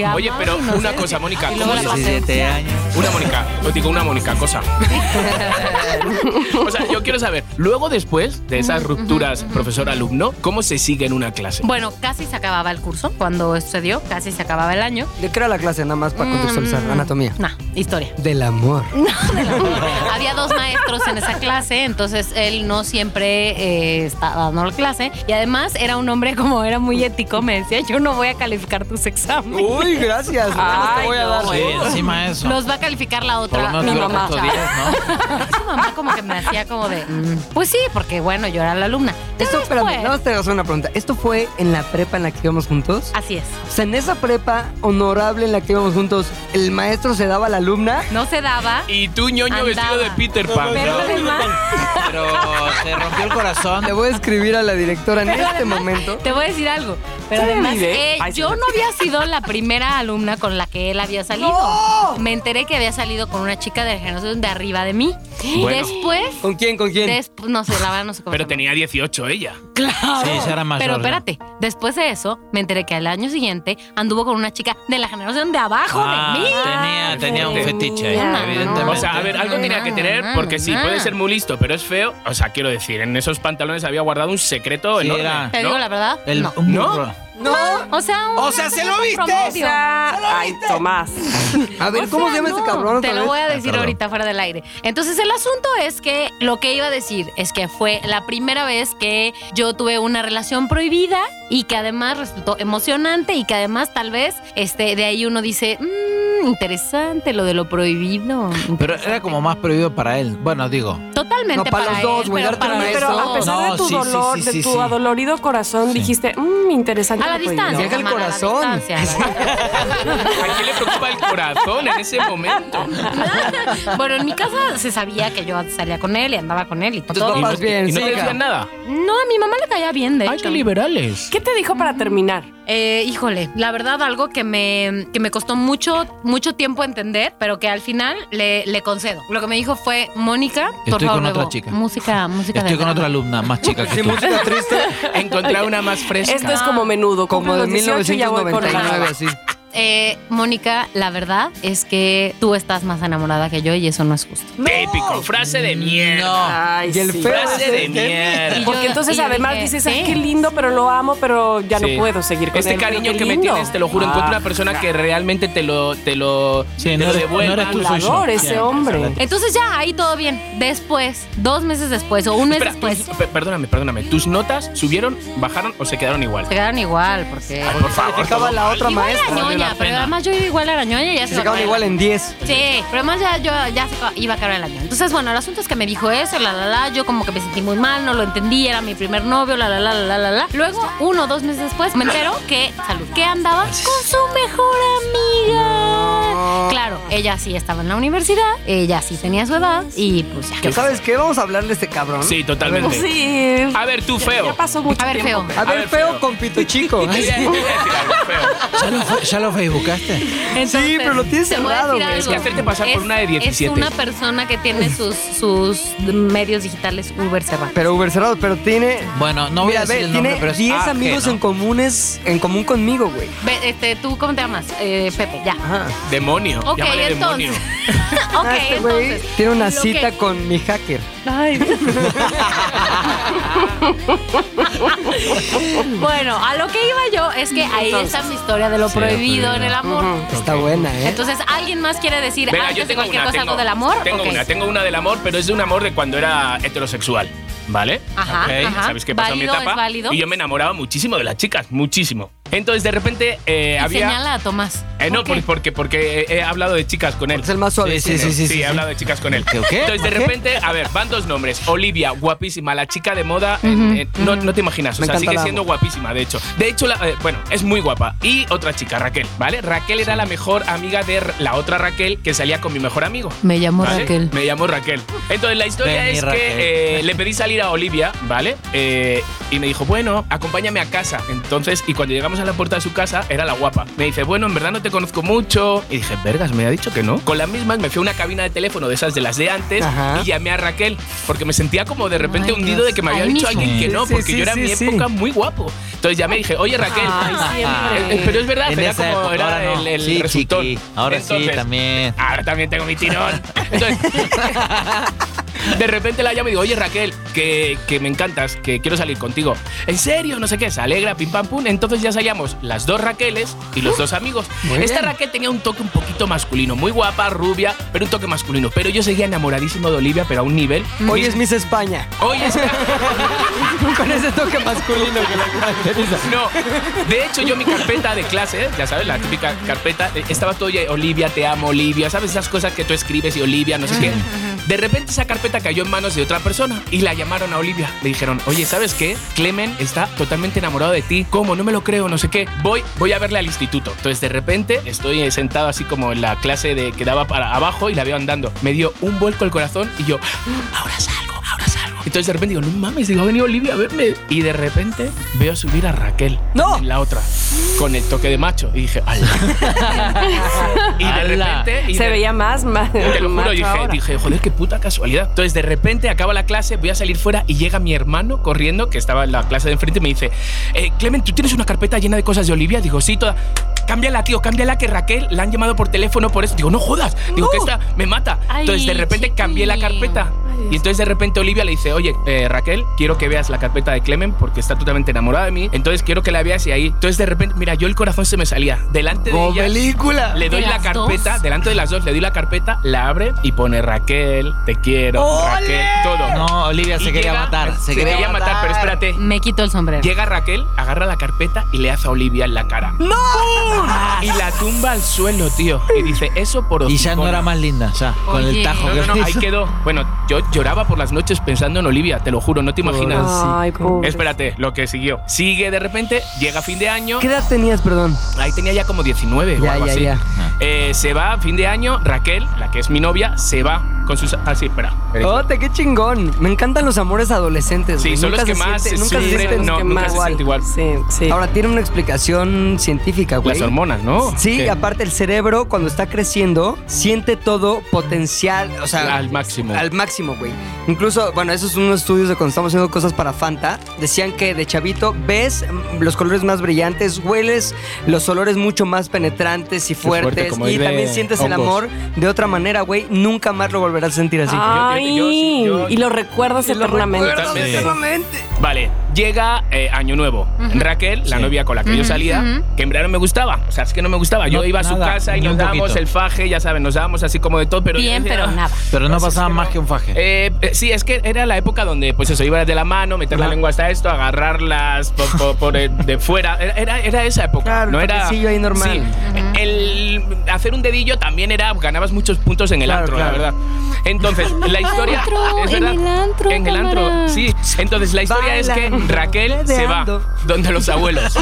amaba Ah. oye, pero mi inocencia. una cosa, Mónica. Y ¿cómo luego la se- 17 años. Una Mónica, os digo una Mónica, cosa. o sea, yo quiero saber, luego después de esas rupturas profesor-alumno, ¿cómo se sigue en una clase? Bueno, casi se acababa el curso cuando sucedió, casi se acababa el año. ¿De qué era la clase? Nada más para contextualizar. Mm, Anatomía. Nah, historia. Del amor. Había dos maestros en esa clase, entonces él no siempre eh, estaba dando la clase. Y además era un hombre como era muy ético, me decía, yo no voy a calificar tus exámenes. Uy, gracias. Menos te Ay, voy a no, dar. Sí, eh. encima de eso. Los va a calificar la Por lo otra, menos mi tuvo mamá. punto 10, ¿no? Su mamá como que me hacía como de, mm, pues sí, porque bueno, yo era la alumna. Esto, Pero espérame, después- nada más te voy a hacer una pregunta. ¿Esto fue en la prepa en la que íbamos juntos? Así es. O sea, en esa prepa honorable en la que íbamos juntos, ¿el maestro se daba a la alumna? No se daba. Y tú, ñoño, Andaba. vestido de Peter Pan. Pero ¿no? además, Pero te rompió el corazón. Le voy a escribir a la directora en este momento. te voy a decir algo. Pero ¿Tiene además, idea? eh, Ay, sí. yo no había sido la primera alumna con la que él había salido. Me enteré que había salido con una chica de generación de arriba de mí. Bueno. Después, ¿Con quién? ¿Con quién? desp- no sé, la verdad no sé cómo se Pero llama. tenía 18 ella. Claro. Sí, esa era mayor, Pero ¿no? espérate, después de eso, me enteré que al año siguiente anduvo con una chica de la generación de abajo Ah, de mí. tenía, tenía un Sí. fetiche ahí, Ah, No, no, evidentemente. O sea, a ver, algo No, tenía que tener, no, porque sí, no. puede ser muy listo, pero es feo. O sea, quiero decir, en esos pantalones había guardado un secreto Sí, enorme. era- Te ¿no? digo la verdad, El- no. un ¿No? burro. O sea, un- O sea, ¿se lo viste? O promedio. sea, ay, Tomás. A ver, O ¿cómo sea, se llama este no, cabrón? otra Te lo vez? voy a decir perdón. ahorita fuera del aire. Entonces, el asunto es que lo que iba a decir es que fue la primera vez que yo tuve una relación prohibida y que además resultó emocionante y que además tal vez este de ahí uno dice, "Mm, interesante lo de lo prohibido. Pero era como más prohibido para él. Bueno, digo. Totalmente No, para los dos, él, güey, pero darte para una Pero Eso. a pesar No, de tu sí, sí, dolor, sí, de sí, tu sí. adolorido corazón, Sí. dijiste, mmm, interesante. a la lo prohibido". distancia. Deja el Tamara, a la corazón. distancia, a la ¿A quién le preocupa el corazón en ese momento? bueno, en mi casa se sabía que yo salía con él y andaba con él y Tus todo. Y no, papás bien, y no te siga. decían nada. No, a mi mamá le caía bien, de hecho. liberales. ¿Qué te dijo para terminar? Eh, híjole, la verdad algo que me, que me costó mucho, mucho tiempo entender, pero que al final le, le concedo. Lo que me dijo fue, Mónica, por Estoy favor, con otra luego, chica. música, música Estoy de con otra alumna más chica que Sí, tú. música triste, Encontrar una más fresca. Esto es como menudo. como cumplo de los 18 y ya voy con la 1999, nueva. así. Eh, Mónica, la verdad es que tú estás más enamorada que yo y eso no es justo. Típico, frase de mierda. No. Ay, Y el sí. feo Frase de mierda. Y yo- Porque entonces y yo además dije, dices, ay, sí. qué lindo, pero lo amo, pero ya Sí. no puedo seguir con Este él, pero cariño qué que me lindo". tienes, te lo juro, encuentro Ah, una persona que realmente te lo, te lo, Sí, te no lo eres- devuelva. no eres tú, soy yo. hablador, ese Siempre, hombre. siempre. Entonces ya, ahí todo bien. Después, dos meses después o un mes Espera, después, tus- pe- perdóname, perdóname. ¿Tus notas subieron, bajaron o se quedaron igual? se quedaron igual porque... Ah, por favor. Acaba la otra Igual era maestra. valió ñoña, la pero pena. además yo igual era ñoña y ya Se se me acaban acabó. igual en 10. Sí, pero además ya yo ya se co- iba a caer el año. Entonces, bueno, el asunto es que me dijo eso, la la la, yo como que me sentí muy mal, no lo entendí, era mi primer novio, la la la la la la. la. Luego, uno o dos meses después, me entero que, salud, que andaba con su mejor amiga. Claro, ella sí estaba en la universidad, ella sí tenía su edad y pues ya. ¿Sabes qué? Vamos a hablarle de este cabrón. Sí, totalmente. Pues Sí. A ver, tú feo. Ya pasó mucho A ver, tiempo. feo. A ver, feo con pito chico. Te voy a- te voy a decir algo feo. ¿Ya lo, fe- ya lo facebookaste? Entonces, pero lo tienes te voy a cerrado, decir güey. algo. Es que hacerte pasar por una de 17. Es una persona que tiene sus, sus medios digitales Uber cerrados. Pero Uber cerrado, pero tiene... Bueno, no voy Mira, a decir ve, el nombre, tiene pero es 10 AG, amigos ¿no? en comunes, en común conmigo, güey. Ve, este, ¿Tú cómo te llamas? Eh, Pepe, ya. Ajá. Demonio. Ok, llámale entonces. demonio. ok, Ah, este güey entonces. tiene una lo cita que- con mi hacker. Bueno, a lo que iba yo es que ahí está mi historia de lo Sí, prohibido prohibido. en el amor. Está buena, ¿eh? Entonces, ¿alguien más quiere decir Venga, antes yo de tengo cualquier una, cosa tengo, algo del amor? Tengo Ok. una, tengo una del amor, pero es de un amor de cuando era heterosexual. ¿Vale? Ajá, Ok, ajá. ¿Sabes qué pasó en mi Válido, etapa? es válido. Y yo me enamoraba muchísimo de las chicas, muchísimo. Entonces, de repente, eh, Y había. Señala a Tomás. Eh, no, ¿Por qué? por- porque, porque he, he hablado de chicas con él. Es el más suave. Sí, sí, sí, Sí, he hablado de chicas con él. ¿Qué, qué? Entonces, de ¿Qué? repente, a ver, van dos nombres. Olivia, guapísima, la chica de moda. eh, eh, no, no te imaginas, Me o sea, encanta sigue la siendo guapísima, de hecho. De hecho, la- eh, bueno, es muy guapa. Y otra chica, Raquel, ¿vale? Raquel era la mejor amiga de r- la otra Raquel que salía con mi mejor amigo. Me llamó ¿vale? Raquel. Me llamo Raquel. Entonces la historia Ven, mi es Raquel. que eh, le pedí salir a Olivia, ¿vale? Eh, y me dijo, bueno, acompáñame a casa. Entonces, y cuando llegamos a la puerta de su casa, era la guapa. Me dice, bueno, en verdad no te conozco mucho. Y dije, vergas, me ha dicho que no. Con las mismas me fui a una cabina de teléfono de esas de las de antes Ajá. y llamé a Raquel porque me sentía como de repente Ay, hundido Dios. de que me había Ahí dicho mismo. alguien que no, Sí, porque sí, yo era en sí, mi sí. época muy guapo. Entonces ya me dije, oye Raquel. Ay, Eh, eh, Pero es verdad, Ah, En era esa como época, era ahora no. el, el Sí, resultón. chiqui, Ahora sí, Entonces, también. Ahora también tengo mi tirón. Entonces, de repente la llamo y digo, oye Raquel, que, que me encantas, que quiero salir contigo. ¿En serio? No sé qué, se alegra, pim pam pum. Entonces ya salíamos las dos Raqueles y los dos amigos. Muy Esta bien. Raquel tenía un toque un poquito masculino, muy guapa, rubia, pero un toque masculino. Pero yo seguía enamoradísimo de Olivia, pero a un nivel. Hoy es Miss España. Hoy es. Con ese toque masculino que la caracteriza. No, de hecho yo mi carpeta de clase, ya sabes, la típica carpeta, eh, estaba todo oye, Olivia, te amo, Olivia, ¿sabes esas cosas que tú escribes y Olivia, no sé qué? De repente esa carpeta cayó en manos de otra persona y la llamaron a Olivia. Le dijeron, oye, ¿sabes qué? Clemen está totalmente enamorado de ti. ¿Cómo? No me lo creo, no sé qué. Voy, voy a verle al instituto. Entonces de repente estoy eh, sentado así como en la clase de que daba para abajo y la veo andando. Me dio un vuelco el corazón y yo, ahora salgo, ahora salgo. Entonces de repente digo, no mames, digo, ha venido Olivia a verme. Y de repente veo subir a Raquel. ¡No! En la otra. con el toque de macho. Y dije, ¡ala! y de ¡Ala! repente. y Se de- veía más, más. Te lo juro, macho dije, ahora. dije, joder, qué puta casualidad. Entonces, de repente acaba la clase, voy a salir fuera y llega mi hermano corriendo, que estaba en la clase de enfrente, y me dice, "Eh, Clement, ¿tú tienes una carpeta llena de cosas de Olivia? Digo, sí, toda. Cámbiala, tío, cámbiala, que Raquel la han llamado por teléfono por eso. Digo, no jodas. Digo, que esta me mata. Ay, Entonces, de repente chiqui. cambié la carpeta. Y entonces de repente Olivia le dice, oye, eh, Raquel, quiero que veas la carpeta de Clement porque está totalmente enamorada de mí. Entonces quiero que la veas y ahí. Entonces de repente, mira, yo el corazón se me salía. Delante de ¡Oh, ella película! le doy ¿De la las carpeta, dos? delante de las dos, le doy la carpeta, la abre y pone Raquel, te quiero, Raquel, todo. No, Olivia se Y quería llega- matar. Se, Se quería, quería matar, pero espérate. Me quito el sombrero. Llega Raquel, agarra la carpeta y le hace a Olivia en la cara. ¡No! Y la tumba al suelo, tío. Y dice, eso por Y ya no hocicona". era más linda, ya, con Oye. el tajo No, que no, no, le ahí hizo. quedó. Bueno, yo lloraba por las noches pensando en Olivia, te lo juro, no te imaginas. Ay, pobre. Espérate, lo que siguió. Sigue de repente, llega fin de año. ¿Qué edad tenías, perdón? Ahí tenía ya como 19 o Ya, algo ya, así. ya. Ah, Eh, se va a fin de año, Raquel, la que es mi novia, se va con sus. Ah, sí, espera. ¡Ote, qué chingón! Me encantan los amores adolescentes. Sí, güey. son los Nunca que se más siente- se nunca se sufren, sienten no, que nunca más se siente igual. Sí, sí. Ahora tiene una explicación científica, güey. Las hormonas, ¿no? Sí, Que- aparte el cerebro cuando está creciendo siente todo potencial, o sea, Al máximo. Al máximo, güey. Incluso, bueno, esos son unos estudios de cuando estamos haciendo cosas para Fanta. Decían que de chavito ves mm, los colores más brillantes, hueles los olores mucho más penetrantes y fuerte, fuertes. como y ir de también sientes el hongos. amor de otra manera, güey. Nunca más lo volverás a sentir así. Ah, Ay, yo- yo- sí, yo- y lo recuerdas Y lo eternamente. recuerdas Sí. eternamente. Vale, llega eh, Año Nuevo. Raquel, la novia con la que yo Ujú, salía, ujú. que en verdad no me gustaba. O sea, es que no me gustaba. Yo No, iba a su nada, casa y ni nos un dábamos poquito. el faje, ya saben, nos dábamos así como de todo, pero. Bien, yo decía, pero nada. Pero no Pues es pasaba que más no. que un faje. Eh, eh, sí, es que era la época donde, pues eso, iba de la mano, meter la Ajá. lengua hasta esto, agarrarlas por, por- por el- de fuera. Era, era, era esa época. Claro, no el era. toquecillo ahí normal. Sí. El hacer un dedillo también era. Ganabas muchos puntos en el Claro, antro, claro. la verdad. Entonces, la historia. antro, es en verdad, el antro, En el cámara. antro, sí. Entonces, la historia es que Bailando, Raquel se va dedeando. donde los abuelos.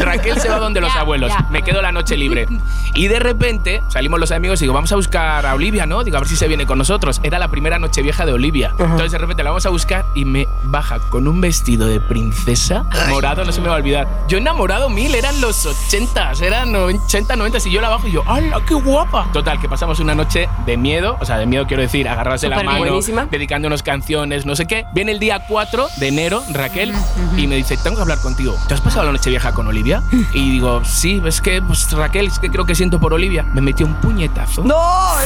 Raquel se va donde los Ya, abuelos. ya. Me quedo la noche libre. Y de repente salimos los amigos y digo, vamos a buscar a Olivia, ¿no? Digo, a ver si se viene con nosotros. Era la primera noche vieja de Olivia. Entonces de repente la vamos a buscar y me baja con un vestido de princesa morado, no se me va a olvidar. Yo enamorado mil, eran los 80, eran 80, 90 y yo la bajo y yo, ¡hala, qué guapa! Total, que pasamos una noche de miedo, o sea, de miedo quiero decir, agarrarse la Súper mano, buenísima. dedicándonos canciones, no sé qué. Viene el día 4 de enero, Raquel, y me dice, tengo que hablar contigo. ¿Te has pasado la noche vieja con Olivia? Y digo, sí, es que, pues Raquel, es que creo que siento por Olivia. Me metió un puñetazo. No,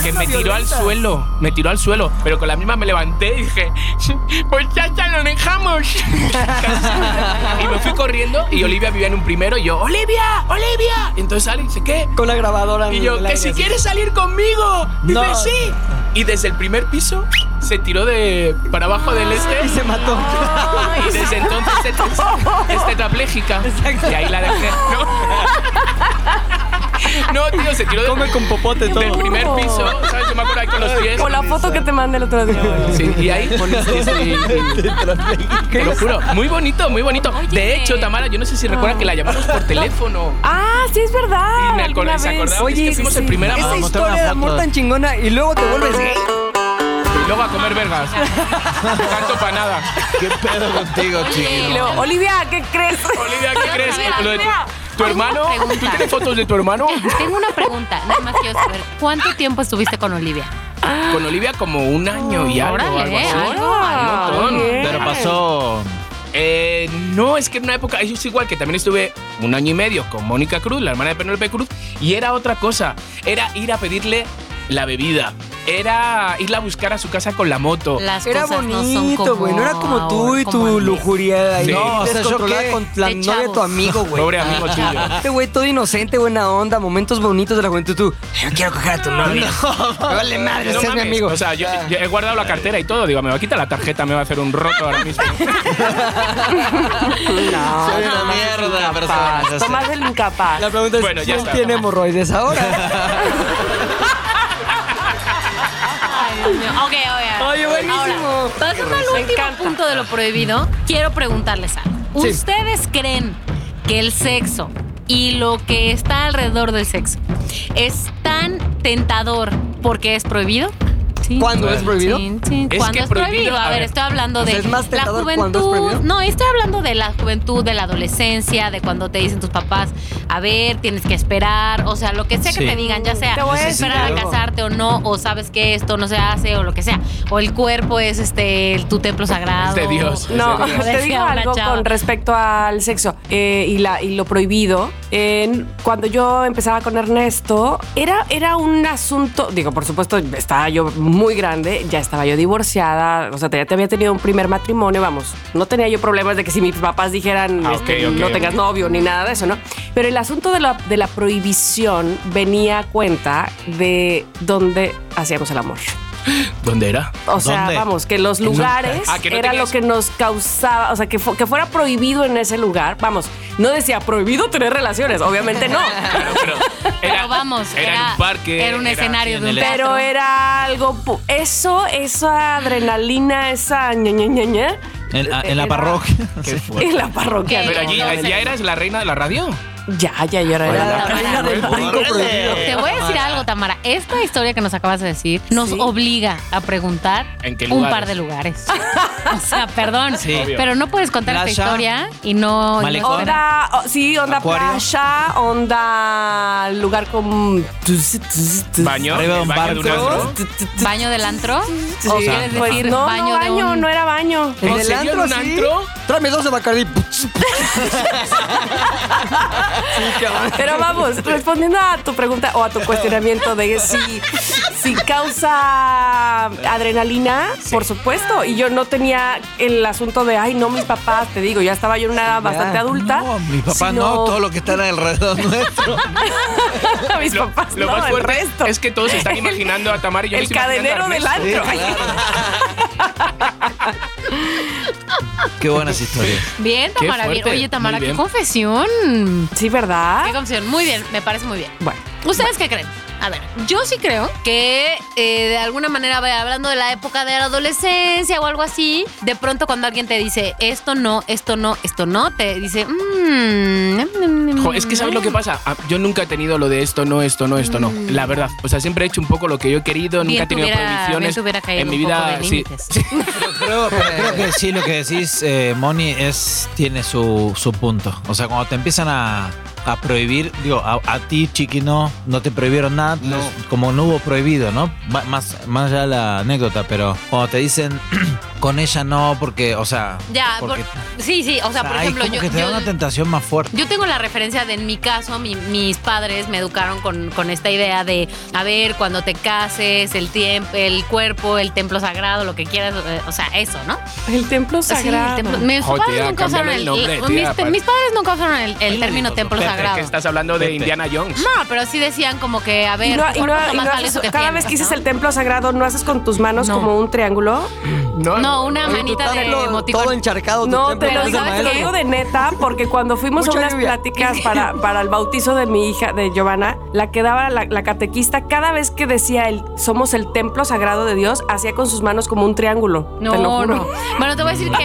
Que es me una tiró al violenta. suelo, me tiró al suelo, pero con la misma me levanté y dije, pues ya, ya lo dejamos. y me fui corriendo y Olivia vivía en un primero y yo, Olivia, Olivia. Y entonces sale y dice, ¿qué? Con la grabadora. Y en yo, el que aire, si así. quieres salir conmigo. Dice, No. sí. Y desde el primer piso se tiró de para abajo del este. Y se mató. Y desde entonces es- es tetrapléjica. Y ahí la dejé. No, no tío, se tiró de, con popote del primer piso. ¿Sabes? Yo me acuerdo ahí con los pies. Con la foto que te mandé el otro día. Sí, y ahí este sí, sí, sí. Te lo juro. Muy bonito, muy bonito. De Oye. hecho, Tamara, yo no sé si recuerdas que la llamamos por teléfono. Ah, sí, es verdad. Y me acor- alguna se vez. acordaba que es que fuimos el primer amor. Esa Vamos a mostrar historia una de foto. amor tan chingona y luego te vuelves gay. Y luego a comer vergas. Tanto para nada. ¿Qué pedo contigo, Y chiquillo? luego, Olivia, ¿qué crees? Olivia, ¿qué crees? Olivia, Lo de tu- Olivia. tu hermano? Hay una ¿Tú pregunta. tienes fotos de tu hermano? Tengo una pregunta, nada más quiero saber, ¿cuánto tiempo estuviste con Olivia? Con Olivia como un año y algo, Órale, algo así. algo, Ah, Un montón. bien. Pero pasó. Eh, no, es que en una época, eso es igual, que también estuve un año y medio con Mónica Cruz, la hermana de Penélope Cruz, y era otra cosa, era ir a pedirle la bebida, era irla a buscar a su casa con la moto. Las Era cosas no son bonito, como güey. No era como tú ahora, y como tu antes. lujuria. Sí. Y No, o sea, yo descontrolada qué- con la de novia de tu chavos. amigo, güey. Pobre amigo tuyo. Este güey todo inocente, buena onda, momentos bonitos de la juventud. Tú, yo quiero coger a tu novia. Me vale madre, No seas mi mames, amigo. O sea, yo, yo he guardado la cartera y todo. Digo, me va a quitar la tarjeta, me va a hacer un roto ahora mismo. Soy una Ah, mierda, persona. Capaz. Tomás el incapaz. la pregunta es, Bueno, ya ¿quién está. tiene hemorroides ahora? Ay, Dios mío. Ok, ok, ok. Oye, buenísimo. Ahora, pasando al Me último encanta. punto de lo prohibido, quiero preguntarles algo. Sí. ¿Ustedes creen que el sexo y lo que está alrededor del sexo es tan tentador porque es prohibido? tin, ¿Cuándo es tin, prohibido? tin, tin. Es ¿Cuándo que es prohibido? prohibido, A a ver, ver. estoy hablando O sea, de es más la tentador cuándo es juventud. prohibido. No, estoy hablando de la juventud, de la adolescencia, de cuando te dicen tus papás, a ver, tienes que esperar. O sea, lo que sea Sí. que te digan, ya sea Te voy a esperar a decir algo. casarte o no, o sabes que esto no se hace, o lo que sea. O el cuerpo es este tu templo sagrado. Es de Dios. No, Decía te digo una algo chava. con respecto al sexo eh, y, la, y lo prohibido. En- cuando yo empezaba con Ernesto, era, era un asunto, digo, por supuesto, estaba yo muy grande, ya estaba yo divorciada, o sea, te- ya te había tenido un primer matrimonio, vamos, no tenía yo problemas de que si mis papás dijeran, Ah, este, ok, ok, no ok. tengas novio ni nada de eso, ¿no? Pero el asunto de la, de la prohibición venía a cuenta de dónde hacíamos el amor. ¿Dónde era? O sea, ¿Dónde? vamos, que los lugares Ah, que no era tenías- lo que nos causaba, o sea, que, fu- que fuera prohibido en ese lugar. Vamos, no decía prohibido tener relaciones, obviamente no. Claro, pero era, Pero vamos, era, en un parque. Era un escenario en de un el- teatro. Pero era algo. pu- Eso, esa adrenalina, esa ña, ña, ña, ña, En, a- en la Era- parroquia. Sí. en la parroquia. Pero Pero allí, no, allí no. ya eras la reina de la radio. Ya, ya, ya era. Era la Tamara. reina del brinco prohibido. Te voy a decir algo, Tamara. Esta historia que nos acabas de decir nos Sí. obliga a preguntar ¿En qué un lugares? par de lugares. o sea, perdón, Sí. Obvio. pero no puedes contar Plaza, esta historia y no. y no malecón. esperar. Onda, o- sí, onda Acuario. playa, onda lugar con. Baño. Arriba de un el baño de barco. un antro. baño del antro. Sí, O quieres pues, decir no, baño, no, de baño, un- no era baño. ¿En el antro, serio, en un sí? antro? Tráeme dos de Bacardi. Sí, cabrón. Pero vamos, respondiendo a tu pregunta o a tu cuestionamiento de si, si causa adrenalina, por supuesto. Y yo no tenía el asunto de, ay, no, mis papás, te digo, ya estaba yo en una edad bastante adulta. No, mi papá sino- no, todo lo que está alrededor nuestro. mis Lo- papás lo no, más el fuerte resto. Es que todos están imaginando a Tamara y yo me el estoy imaginando a cadenero del Ernesto. antro. Qué buenas historias. Bien, Qué Tamara. bien. fuerte. Oye, Tamara, Muy qué bien. confesión. Sí, ¿verdad? Qué confesión. Muy bien, me parece muy bien. Bueno. ¿Ustedes qué creen? A ver, yo sí creo que eh, de alguna manera, vaya, hablando de la época de la adolescencia o algo así, de pronto cuando alguien te dice esto no, esto no, esto no, te dice, mmm. Jo, es que ¿sabes lo que pasa? Ah, Yo nunca he tenido lo de esto, no, esto, no, esto, no. La verdad. O sea, siempre he hecho un poco lo que yo he querido, Bien nunca he tenido tuviera- bien prohibiciones. te hubiera caído en mi un poco vida, de sí. límites. sí. Creo, pero creo que sí, lo que decís, eh, Moni, es, tiene su, su punto. O sea, cuando te empiezan a, a prohibir, digo, a, a ti, chiqui, no, no te prohibieron nada, entonces, como no hubo prohibido, ¿no? Va- Más, más allá de la anécdota, pero cuando te dicen, con ella no, porque, o sea, Ya, porque- por- sí, sí, o sea, por ay, ejemplo, como yo. que te da yo- una tentación más fuerte. Yo tengo la referencia de, en mi caso, mi- mis padres me educaron con, con esta idea de, a ver, cuando te cases, el tiempo, el cuerpo, el templo sagrado, lo que quieras, eh, o sea, eso, ¿no? El templo pues Sí, el sagrado. templo- mis, Jo, padres tía, nunca usaron cámbiale el, eh, el nombre, mis- tía, para- mis padres nunca usaron el, el término templo Pepe, sagrado. que estás hablando de Pepe. Indiana Jones. No, pero sí decían como que, a Y ver, no- tu y no- cuerpo es lo y no más haces- valioso que cada vez piensas, que dices ¿no? el templo sagrado, ¿no haces con tus manos No. como un triángulo? No, No, una Oye, manita tú de todo- Todo emoticón. encharcado. tu No, templo te lo, de digo, ¿sabes te lo Samael. qué? digo de neta, porque cuando fuimos Mucha a unas lluvia. pláticas para, para el bautizo de mi hija, de Giovanna, la que daba la, la catequista, cada vez que decía el somos el templo sagrado de Dios, hacía con sus manos como un triángulo. No, te lo juro. no. Bueno, te voy a decir que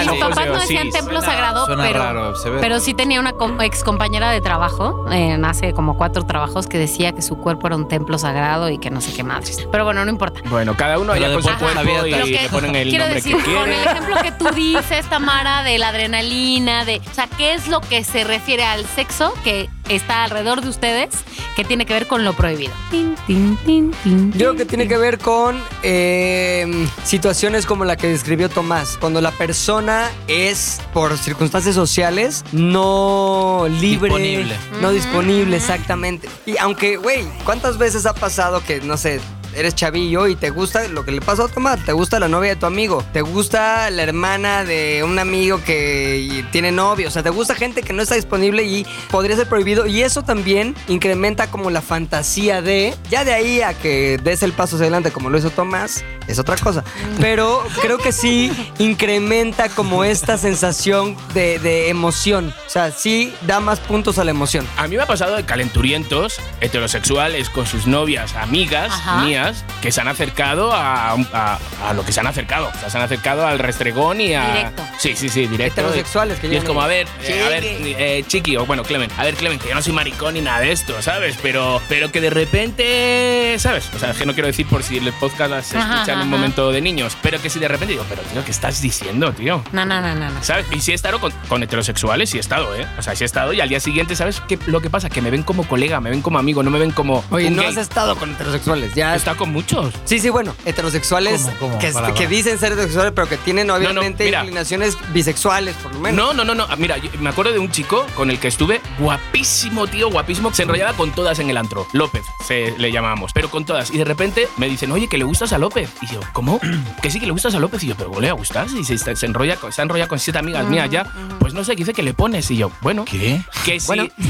mis el ojos papás de no Osiris. decían templo Suena- sagrado, suena pero, raro, se ve. pero sí tenía una ex compañera de trabajo, en hace como cuatro trabajos, que decía que su cuerpo era un templo sagrado y que no sé qué madres. Pero bueno, no importa. Bueno, cada uno Pero allá con su después cuerpo la vida y te- Lo le ponen el quiero nombre decir, que con el quieren. ejemplo que tú dices, Tamara, de la adrenalina, de, o sea, ¿qué es lo que se refiere al sexo que está alrededor de ustedes que tiene que ver con lo prohibido? Tin, tin, tin, tin, Yo creo que tin, tiene tin. que ver con eh, situaciones como la que describió Tomás, cuando la persona es, por circunstancias sociales, no libre. Disponible. No disponible, exactamente. Y aunque, güey, ¿cuántas veces ha pasado que, no sé, eres chavillo y te gusta lo que le pasó a Tomás? ¿Te gusta la novia de tu amigo? ¿Te gusta la hermana de un amigo que tiene novio? O sea, ¿te gusta gente que no está disponible y podría ser prohibido? Y eso también incrementa como la fantasía de, ya de ahí a que des el paso hacia adelante como lo hizo Tomás, es otra cosa. Pero creo que sí incrementa como esta sensación de, de emoción. O sea, sí da más puntos a la emoción. A mí me ha pasado de calenturientos heterosexuales con sus novias, amigas Ajá. mías, que se han acercado a, a- a lo que se han acercado. O sea, se han acercado al restregón y a. Directo. Sí, sí, sí, directo. Heterosexuales que Y es llegan como, ahí. a ver, eh, a ver, Chiqui. eh, Chiqui, o bueno, Clemen, a ver, Clemen, que yo no soy maricón ni nada de esto, ¿sabes? Pero, pero que de repente, ¿sabes? O sea, es que no quiero decir por si el podcast se Ajá, escucha en ajá, un momento de niños, pero que si de repente digo, pero tío, ¿qué estás diciendo, tío? No, no, no, no. no. ¿Sabes? Y si he estado con, con heterosexuales, sí he estado, ¿eh? O sea, sí he estado y al día siguiente, ¿sabes qué, lo que pasa? Que me ven como colega, me ven como amigo, no me ven como. Oye, un no gay. has estado con heterosexuales. Ya He estado con muchos. Sí, sí, bueno, heterosexuales ¿Cómo, cómo? que, Para, que para. dicen ser heterosexuales, pero que tienen obviamente mira. inclinaciones bisexuales, por lo menos. No, no, no, no. Mira, yo me acuerdo de un chico con el que estuve guapísimo, tío, guapísimo. Se enrollaba con todas en el antro. López, se le llamábamos, pero con todas. Y de repente me dicen, oye, que le gustas a López. Y yo, ¿cómo? que sí, que le gustas a López. Y yo, ¿pero cómo le va a gustar? Y se, se enrolla, con- se ha enrollado con siete amigas mías ya. Pues no sé, que dice que le pones. Y yo, bueno. ¿Qué? Que sí.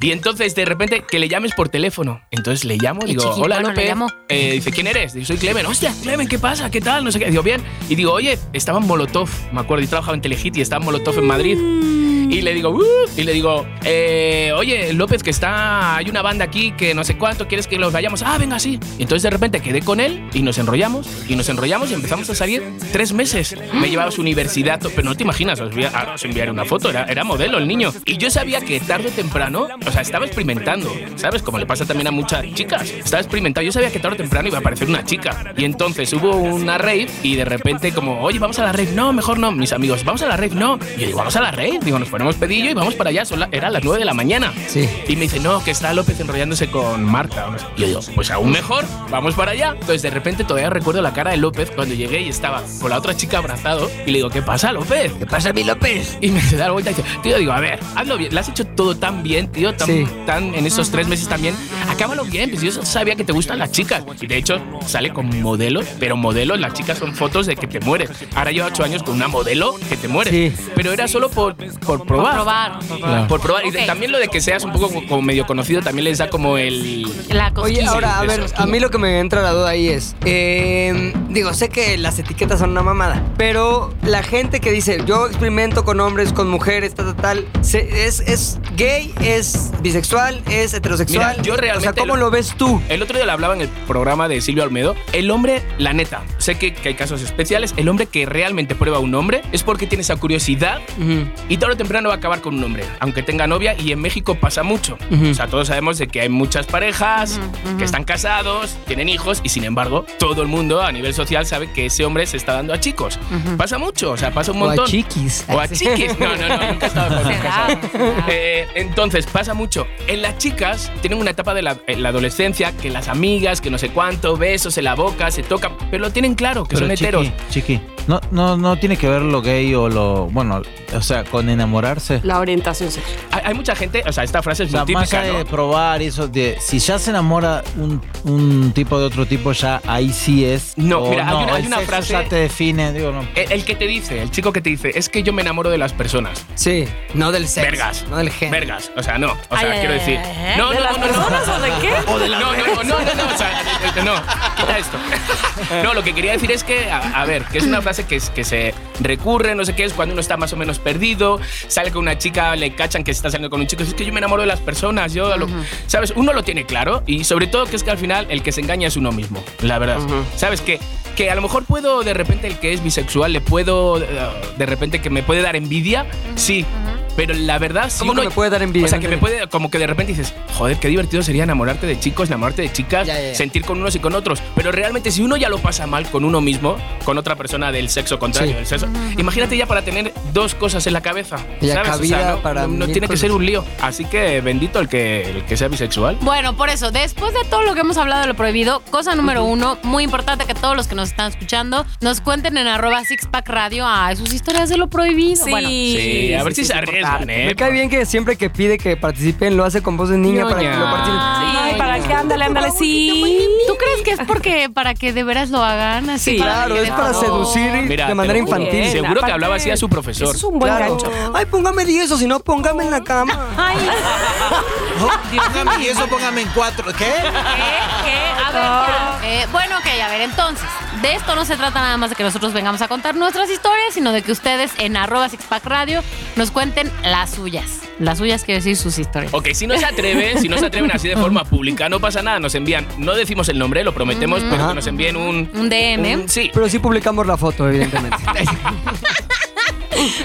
y entonces de repente que le llames por teléfono. Entonces le llamo, Y digo, chiqui, hola bueno, le López. llamó. Eh, dice, ¿quién eres? Digo, soy Clemen. Hostia, Clemen, ¿qué pasa? ¿Qué tal? No sé qué. Digo, bien. Y digo, oye, estaba en Molotov, me acuerdo, y trabajaba en Telehit y estaba en Molotov en Madrid. Mm. Y le digo, "Uh", y le digo, eh, oye, López, que está, hay una banda aquí que no sé cuánto, ¿quieres que los vayamos? Ah, venga, sí. Y entonces de repente quedé con él y nos enrollamos, y nos enrollamos y empezamos a salir tres meses. Me llevaba a su universidad, to- pero no te imaginas, os voy a- ahora os enviaré una foto, era, era modelo el niño. Y yo sabía que tarde o temprano, o sea, estaba experimentando, ¿sabes? Como le pasa también a muchas chicas, estaba experimentando, yo sabía que tarde o temprano iba a aparecer una chica. Y entonces hubo una rave y de repente como, oye, vamos a la rave, no, mejor no, mis amigos, vamos a la rave, no. Y yo digo, vamos a la rave, digo, nos ponemos pedillo y vamos para allá, Son la- era las 9 de la mañana. Sí. Y me dice, no, que está López enrollándose con Marta. Y yo digo, pues aún mejor, vamos para allá. Entonces de repente todavía recuerdo la cara de López cuando llegué y estaba con la otra chica abrazado y le digo, ¿qué pasa, López? ¿Qué pasa, mi López? Y me da la vuelta y dice, tío, digo, a ver, hazlo bien. Lo has hecho todo tan bien, tío, tan, Sí. tan en esos tres meses también. Acábalo bien, pues yo sabía que te gustan las chicas. Y de hecho, sale con modelos, pero modelos, las chicas son fotos de que te mueres. Ahora lleva ocho años con una modelo que te mueres. Sí. Pero era solo por, por Por probar. probar. por probar. Por probar. Y Ok. de- también lo de que seas un poco co- como medio conocido también les da como el. La Oye, cosquilla. ahora, a eso, ver, a mí lo que me entra la duda ahí es, eh, digo, sé que las etiquetas son una mamada, pero la gente que dice, yo experimento con hombres, con mujeres, tal, tal, tal, se- es, es gay, es bisexual, es heterosexual. Mira, yo O realmente sea, ¿cómo lo- lo ves tú? El otro día lo hablaba en el programa de Silvio Almedo. El hombre, la neta, sé que, que hay casos especiales. El hombre que realmente prueba un hombre es porque tiene esa curiosidad y tarde o temprano va a acabar con un hombre, aunque tenga novia. Y en México pasa mucho. O sea, todos sabemos de que hay muchas parejas que están casados, tienen hijos y sin embargo todo el mundo a nivel social sabe que ese hombre se está dando a chicos. Pasa mucho, o sea, pasa un O a montón. chiquis. O a chiquis. No, no, no, nunca he estado Se con da, los casados. se da. Eh, entonces, pasa mucho. En las chicas tienen una etapa de la, en la adolescencia que las amigas, que no sé cuánto, besos en la boca, se tocan, pero lo tienen claro, que son heteros. Chiqui, no, no, no tiene que ver lo gay o lo. Bueno, o sea, con enamorarse. La orientación sexual. Hay, hay mucha gente, o sea, esta frase O es sea, muy más típica, allá de ¿no? probar y eso, de, si ya se enamora un, un tipo de otro tipo, ya ahí sí es. No, o mira, hay una- hay el una sexo frase- Ya te define, digo, no. El, el que te dice, el chico que te dice, es que yo me enamoro de las personas. Sí, no del sexo. Vergas. No del género. Vergas. O sea, no. O Ay, sea, ay, quiero ay, decir. ay, ay. No, ¿De no, las no, no, no. personas o de qué? no, no, no, no, no, no, o sea, eh, no, quita esto. No, lo que quería decir es que, a, a ver, que es una frase que, es- que se recurre, no sé qué, es cuando uno está más o menos perdido, sale con una chica, le cachan que está saliendo con un chico, es que yo me enamoro de las personas, yo, lo- ¿sabes? Uno lo tiene claro y sobre todo que es que al final el que se engaña es uno mismo, la verdad. ¿Sabes? Que, que a lo mejor puedo, de repente, el que es bisexual, le puedo, eh, de repente, que me puede dar envidia, sí. Pero la verdad, si ¿Cómo que uno me puede dar envidia? O sea, No que me entendí. puede, como que de repente dices, joder, qué divertido sería enamorarte de chicos, enamorarte de chicas, Ya, ya, ya. sentir con unos y con otros. Pero realmente, si uno ya lo pasa mal con uno mismo, con otra persona del sexo contrario, Sí. del sexo, imagínate ya para tener dos cosas en la cabeza. Y la ¿sabes? O sea, cabida no, para no- no mil tiene que cosas. ser un lío. Así que bendito el que, el que sea bisexual. Bueno, por eso, después de todo lo que hemos hablado de lo prohibido, cosa número uno, muy importante que todos los que nos están escuchando nos cuenten en arroba sixpack radio a sus historias de lo prohibido. Bueno, Sí, a ver si sí, se es arriesgan, importante. ¿eh? Me cae bien que siempre que pide que participen lo hace con voz de niña para que Ñoña. lo participen. Ay, para qué, ándale, ándale, sí. ¿Tú crees que es porque para que de veras lo hagan así? Sí, para Claro, que es de para favor? seducir Mira, de manera te lo juro. infantil. Bien, Seguro que aparte, hablaba así a su profesor. eso es un buen Claro. gancho. Ay, póngame 10 o si no, póngame en la cama. Ay, Oh, Póngame, y eso póngame en cuatro. ¿Qué? ¿qué? ¿Qué? A ver, ya. Eh, bueno, ok, a ver, entonces, de esto no se trata nada más de que nosotros vengamos a contar nuestras historias, sino de que ustedes en arroba Sixpack Radio nos cuenten las suyas. Las suyas quiero decir sus historias. Ok, si no se atreven, si no se atreven así de forma pública, no pasa nada, nos envían, no decimos el nombre, lo prometemos, pero Ajá. que nos envíen un... Un DM. un- sí, Pero sí publicamos la foto, evidentemente.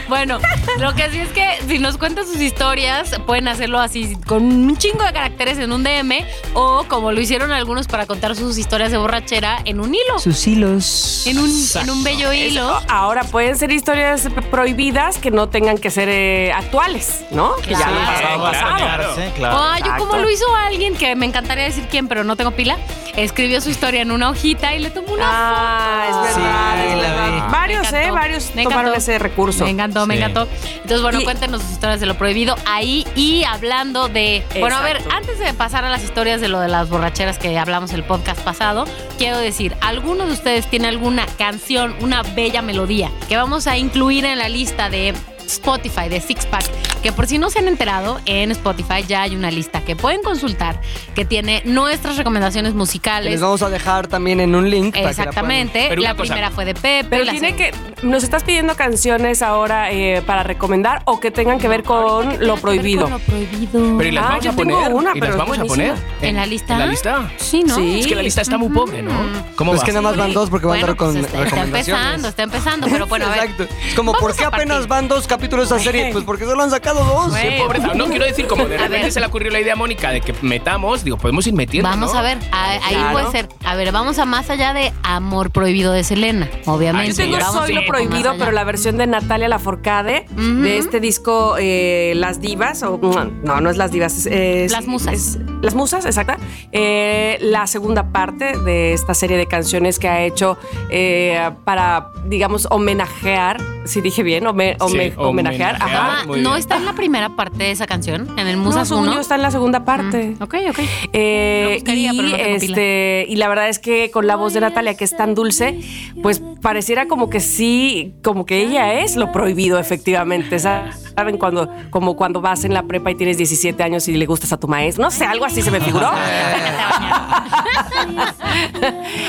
Bueno, lo que sí es que si nos cuentan sus historias, pueden hacerlo así con un chingo de caracteres en un DM o como lo hicieron algunos para contar sus historias de borrachera en un hilo. Sus hilos. En un, en un bello hilo. Ahora pueden ser historias prohibidas que no tengan que ser eh, actuales, ¿no? Que ya Claro. no Sí, pasado, Ah, claro, pasado. claro. Sí, Ah, yo exacto. como lo hizo alguien que me encantaría decir quién, pero no tengo pila, escribió su historia en una hojita y le tomó una. Ah, es Sí, verdad, es la verdad. vi. Me Varios, encantó, ¿eh? Varios me tomaron encantó. ese recurso. Me encantó, me Sí. encantó. Entonces, bueno, Y- cuéntenos sus historias de lo prohibido ahí y hablando de. Bueno, a ver, Exacto. antes de pasar a las historias de lo de las borracheras que hablamos el podcast pasado, quiero decir, ¿alguno de ustedes tiene alguna canción, una bella melodía que vamos a incluir en la lista de Spotify, de Six Pack? Que por si no se han enterado, en Spotify ya hay una lista que pueden consultar que tiene nuestras recomendaciones musicales. Les vamos a dejar también en un link. para que la Exactamente. Pero la una cosa- primera fue de Pepe. Pero la tiene segunda- que. Nos estás pidiendo canciones ahora eh, para recomendar o que tengan que ver Ahorita con que lo tenga que ver prohibido. con lo prohibido. pero y las Ah, vamos yo a tengo poner, una, y pero las es vamos a poner. buenísima. ¿En la lista? ¿En la lista? Sí, ¿no? Sí. Es que la lista está muy pobre, ¿no? ¿Cómo Pues va? que nada más van dos porque van a Bueno, dar con pues está, está recomendaciones. empezando, está empezando, pero bueno, a ver. Exacto. Es como, Vamos ¿por qué a partir. apenas van dos capítulos de esa serie? Pues porque solo han sacado dos. Qué Bueno. pobreza. No quiero decir, como de A repente ver. se le ocurrió la idea a Mónica de que metamos, digo, podemos ir metiendo. Vamos ¿no? a ver, a- ahí Claro. puede ser. A ver, vamos a más allá de Amor Prohibido de Selena, obviamente. Ay, Yo tengo Sí, Vamos Soy un lo poco más prohibido, allá. pero la versión de Natalia Laforcade Ujú. de este disco eh, Las Divas, o no, no es Las Divas, es, es- Las Musas. es- las Musas, exacta. Eh, la segunda parte de esta serie de canciones que ha hecho eh, para, digamos, homenajear, si dije bien, home- home- Sí, homenajear. homenajear. Ajá. Ah, Muy ¿No bien. está en la primera parte de esa canción? ¿En el No, Musas según 1? yo está en la segunda parte. Ok, ok. Eh, Lo buscaría, y, pero no tengo pila. este, y la verdad es que con la voz de Natalia, que es tan dulce, pues pareciera como que sí, como que ella es lo prohibido, efectivamente. Sa- ¿Saben? Cuando, como cuando vas en la prepa y tienes 17 años y le gustas a tu maestro. No sé, algo así se me figuró. Sácate a bañar.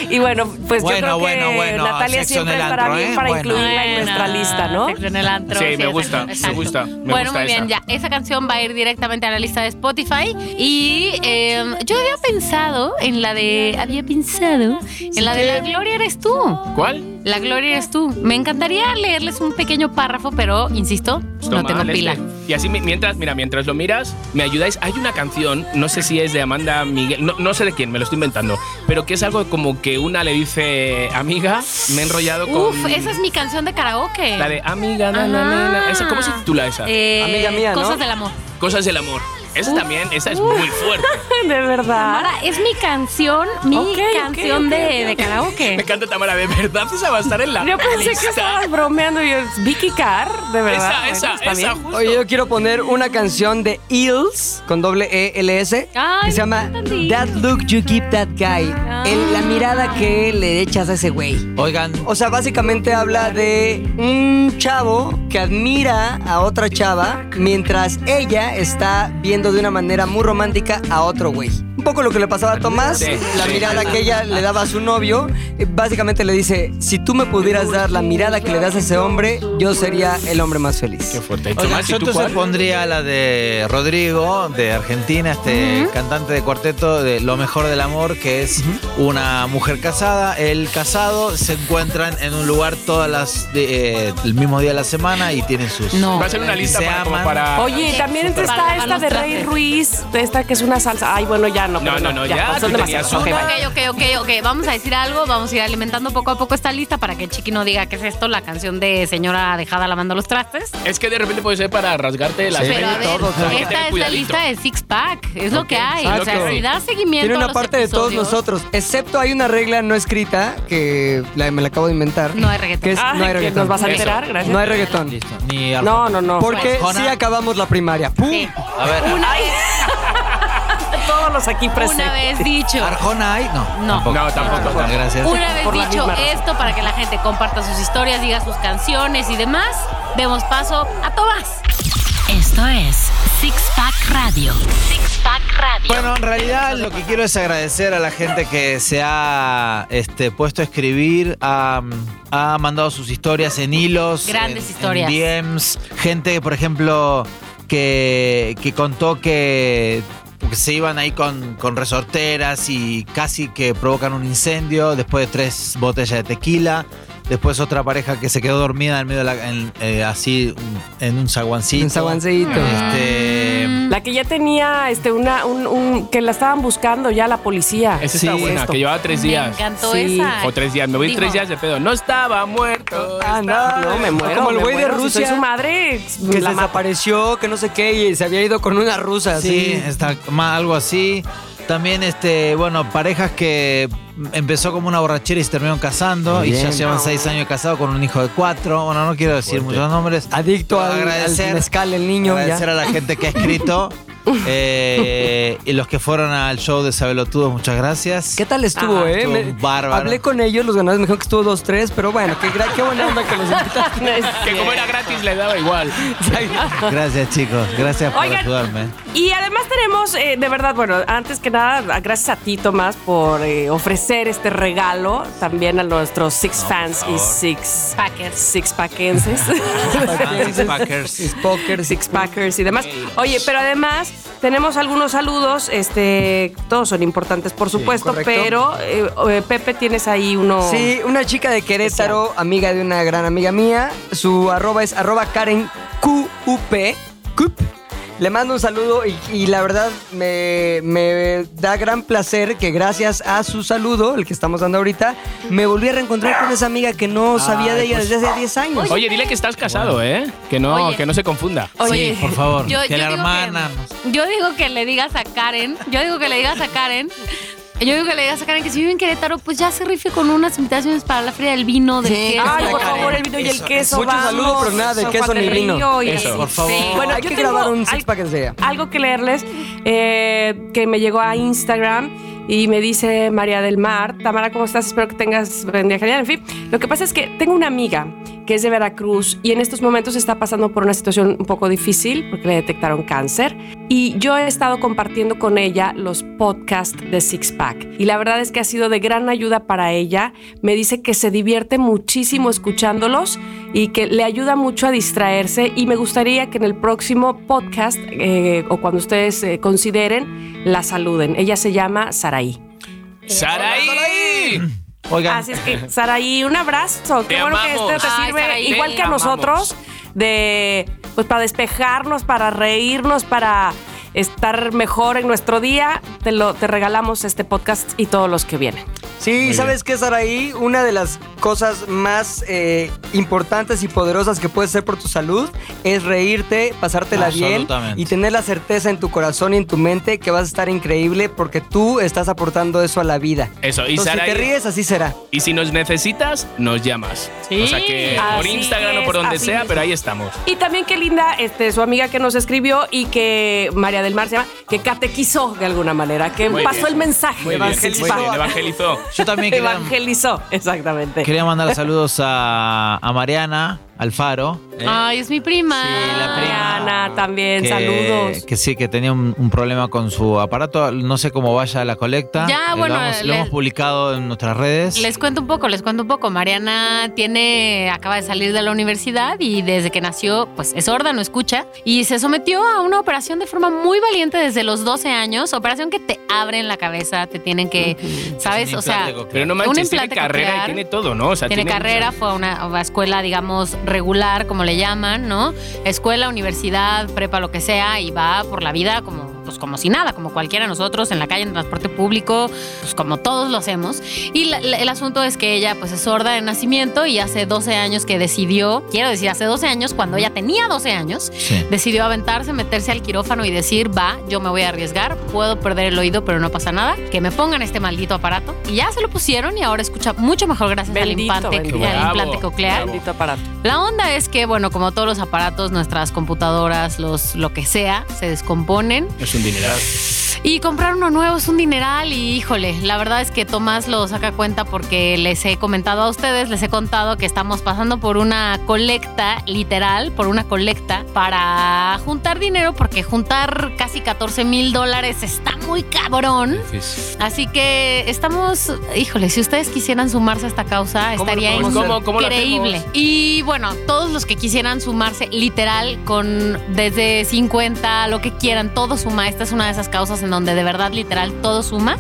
y bueno, pues Bueno, yo creo bueno, que bueno, Natalia sección siempre del estará antro, bien ¿eh? para Bueno. incluirla en nuestra Bueno, lista, ¿no? sección del antro, Sí, me exacto, gusta, me gusta, me bueno, gusta muy bien, esa. ya. Esa canción va a ir directamente a la lista de Spotify. Y eh, yo había pensado en la de. Había pensado en la de La Gloria eres tú. ¿Cuál? La gloria eres tú. Me encantaría leerles un pequeño párrafo, pero insisto, no Pues Toma, tengo Leslie. pila. Y así mi- mientras, mira, mientras lo miras, me ayudáis. Hay una canción, no sé si es de Amanda Miguel, no, no sé de quién, me lo estoy inventando, pero que es algo como que una le dice, amiga, me he enrollado con. Uf, esa es mi canción de karaoke. La de amiga, na, na, na, na. Ah. Esa, ¿Cómo se titula esa? Eh, Amiga mía, ¿no? Cosas del amor. Cosas del amor. Esa también, esa es muy fuerte. De verdad. Ahora es mi canción, mi Ah. Ok, ok, canción ok, de, ok, de ok. Me karaoke. encanta Tamara, de verdad esa va a estar en la Yo pensé que lista. estabas bromeando. y Yo, Vicky Carr, de verdad. Esa, Bueno, esa, está esa, bien. justo. Oye, yo quiero poner una canción de Eels con doble E L S Ay, Ah. que se llama sí. That Look You Keep That Guy. El- la mirada que le echas a ese güey. Oigan, O sea, básicamente habla de un chavo que admira a otra chava mientras ella está viendo de una manera muy romántica a otro güey. Un poco lo que le pasaba a Tomás, Sí, la sí. mirada que ella le daba a su novio. eh, Básicamente le dice, si tú me pudieras dar la mirada que le das a ese hombre, yo sería el hombre más feliz. Qué fuerte. Oigan, Tomás, yo ¿y tú entonces cuál? pondría la de Rodrigo, de Argentina, este cantante de cuarteto de Lo Mejor del Amor, que es una mujer casada, él casado, se encuentran en un lugar todas las de- eh, el mismo día de la semana y tienen sus... No. Va a ser una lista Se para, como aman. para- Oye, también Súper. está Para esta lavar de los Rey trastes. Ruiz, de esta que es una salsa. Ay, bueno, ya no. No, pero no, no, ya, son tú tenías demasiadas. Ok, una. bye. Ok, ok, ok, ok. Vamos a decir algo, vamos a ir alimentando poco a poco esta lista para que Chiqui no diga qué es esto, la canción de señora dejada lavando los trastes. Es que de repente puede ser para rasgarte las Pero a venas. ver, Hay que tener esta es la cuidadito. lista de Six Pack, es lo que hay. es O lo que sea, hay. si das seguimiento Tiene a una los parte de todos episodios- nosotros, excepto hay una regla no escrita que la- me la acabo de inventar. No hay reggaetón. que es Ay, no hay que reggaetón. nos vas a Eso. enterar, gracias. No hay reggaetón. Listo, ni al- No, no, no. Porque Bueno. sí acabamos la primaria. ¡Pum! Sí. A ver, Una vez, todos los aquí presentes. una vez dicho. Arjona hay, no. No. No, tampoco, tampoco. Gracias. Una vez Por la dicho misma razón. esto, para que la gente comparta sus historias, diga sus canciones y demás, demos paso a Tomás. Esto es Six Pack Radio. Six Pack Radio. Bueno, en realidad lo que quiero es agradecer a la gente que se ha este, puesto a escribir, ha, ha mandado sus historias en hilos. Grandes en- historias. En DMs. Gente, por ejemplo, que, que contó que que se iban ahí con, con resorteras y casi que provocan un incendio después de tres botellas de tequila. Después otra pareja que se quedó dormida en medio de la, en, eh, así un- en un zaguancito. En Sabancito. Este, Mm, La que ya tenía este una un, un- que la estaban buscando ya la policía. Esa Sí, está buena, esto. que llevaba tres Me días. encantó Sí. esa. O tres días, me voy Dijo, tres días de pedo. No estaba muerto. Ah, estaba- no, No, me muero. Como el me güey de muero. Si soy Rusia. su madre. que la se ma- desapareció, que no sé qué, y se había ido con una rusa. Sí, Sí. está ma- algo así. También, este, bueno, parejas que empezó como una borrachera y se terminaron casando y ya Bien. llevan seis años casados con un hijo de cuatro. Bueno, no quiero decir muchos nombres. Adicto Pero al, agradecer- al mezcal, el niño. ya. Agradecer a la gente que ha escrito eh, y los que fueron al show de Sabelotudo, muchas gracias. ¿Qué tal estuvo, Ah, eh? estuvo Me- bárbaro. Hablé con ellos, los ganadores me dijeron que estuvo 2-3, pero bueno, qué, gra- qué buena onda que los invitaste. Que como era gratis, le daba igual. Gracias, chicos. Gracias por Oigan. ayudarme. Y además tenemos, eh, de verdad, bueno, antes que nada, gracias a ti, Tomás, por eh, ofrecer este regalo también a nuestros Six fans y Six Packers. Six packenses. Fans, Packers. Spoker, Six Packers y demás. Oye, pero además tenemos algunos saludos, este, todos son importantes, por supuesto, correcto. pero eh, eh, Pepe tienes ahí uno. Sí, una chica de Querétaro, amiga de una gran amiga mía. Su arroba es arroba Karen QUP. Cup. Le mando un saludo y, y la verdad me, me da gran placer que gracias a su saludo, el que estamos dando ahorita, me volví a reencontrar con esa amiga que no sabía de ella pues, desde hace 10 años. Oye, dile que estás casado, ¿eh? Que no, Oye. que no se confunda. Oye, Sí, por favor. yo- que yo la digo hermana. Yo digo que le digas a Karen, yo digo que le digas a Karen, yo digo que le digas a Karen que si vive en Querétaro, pues ya se rife con unas invitaciones para la feria del vino, del Sí, queso. Ay, por Karen. favor, el vino y el Eso, queso. Muchos vamos. saludos, pero nada de San queso Juan ni del vino. Río y Eso, así. por favor. Sí. Bueno, Hay yo que tengo grabar un al- six pack ese día. algo que leerles eh, que me llegó a Instagram y me dice María del Mar, Tamara, ¿cómo estás? Espero que tengas buen día, genial. En fin, lo que pasa es que tengo una amiga que es de Veracruz y en estos momentos está pasando por una situación un poco difícil porque le detectaron cáncer y yo he estado compartiendo con ella los podcasts de Six Pack y la verdad es que ha sido de gran ayuda para ella. Me dice que se divierte muchísimo escuchándolos y que le ayuda mucho a distraerse y me gustaría que en el próximo podcast eh, o cuando ustedes eh, consideren la saluden. Ella se llama Saraí. ¡Saraí! Oigan, Así es que Saraí, un abrazo. Qué Te bueno que amamos. esto te Ay, sirve Saraí, igual te que a amamos. nosotros de pues para despejarnos, para reírnos, para estar mejor en nuestro día. Te lo te regalamos este podcast y todos los que vienen. Sí, ¿sabes qué, Saraí? Una de las cosas más eh, importantes y poderosas que puedes hacer por tu salud es reírte, pasártela bien Absolutamente. y tener la certeza en tu corazón y en tu mente que vas a estar increíble porque tú estás aportando eso a la vida. Eso, y Entonces, si te Saraí. ríes, así será. Y si nos necesitas, nos llamas. Sí, o sea que por así Instagram o por es, donde así sea, es. pero ahí estamos. Y también qué linda este, su amiga que nos escribió y que María del Mar se llama, que catequizó de alguna manera, que Muy pasó bien. el mensaje. Muy bien, Evangelizó. muy bien, evangelizó. yo también quería, Evangelizó, exactamente. quería mandar saludos a, a Mariana Alfaro. eh, Ay, es mi prima. Sí, la prima. Mariana también, que- saludos. Que sí, que tenía un, un problema con su aparato. No sé cómo vaya la colecta. Ya, Eh, bueno, Lo hemos, lo les- hemos publicado en nuestras redes. Les cuento un poco, les cuento un poco. Mariana tiene, acaba de salir de la universidad y desde que nació, pues es sorda, no escucha. Y se sometió a una operación de forma muy valiente desde los 12 años. Operación que te abren la cabeza, te tienen que, ¿sabes? Es un O sea, implante coclear. Pero no Un manches, tiene implante carrera coclear. y tiene todo, ¿no? O sea, tiene carrera, fue a una, a una escuela, digamos, regular, como le llaman, ¿no? Escuela, universidad, prepa, lo que sea, y va por la vida como, pues, como si nada, como cualquiera de nosotros, en la calle, en transporte público, pues como todos lo hacemos. Y la- la- el asunto es que ella, pues, es sorda de nacimiento y hace 12 años que decidió, quiero decir, hace 12 años, cuando ella tenía 12 años, Sí. decidió aventarse, meterse al quirófano y decir, va, yo me voy a arriesgar, puedo perder el oído, pero no pasa nada, que me pongan este maldito aparato. Y ya se lo pusieron y ahora escucha mucho mejor gracias al, Bendito, implante, bendito. al implante Bravo, coclear. bravo. Bendito aparato. La onda es que, bueno, como todos los aparatos, nuestras computadoras, los, lo que sea, se descomponen Es un dineral. Y comprar uno nuevo es un dineral y híjole, la verdad es que Tomás lo saca a cuenta porque les he comentado a ustedes, les he contado que estamos pasando por una colecta, literal, por una colecta para juntar dinero porque juntar casi 14 mil dólares está muy cabrón. Difícil. Así que estamos, híjole, si ustedes quisieran sumarse a esta causa, ¿Cómo lo estaría podemos increíble. ¿Cómo, cómo lo hacemos? Y bueno, todos los que quisieran sumarse literal con desde 50, lo que quieran, todo suma. Esta es una de esas causas en donde de verdad literal todo suma.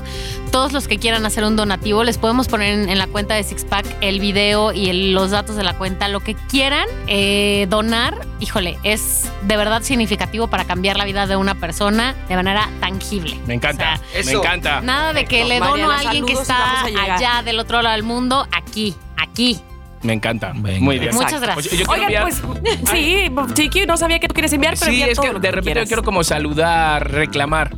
Todos los que quieran hacer un donativo, les podemos poner en, en la cuenta de Sixpack el video y el- los datos de la cuenta, lo que quieran eh, donar. Híjole, es de verdad significativo para cambiar la vida de una persona de manera tangible. Me O encanta, sea, me eso. encanta. Nada de que le dono Mariana, a alguien que saludos, vamos está a llegar. allá del otro lado del mundo, aquí, aquí. Me encanta. Venga. Muy bien. Muchas gracias. Pues yo- yo quiero Oigan, enviar- pues sí, Chiqui, no sabía que tú quieres enviar, pero Sí, envía es todo que lo de repente quieras. yo quiero como saludar, reclamar.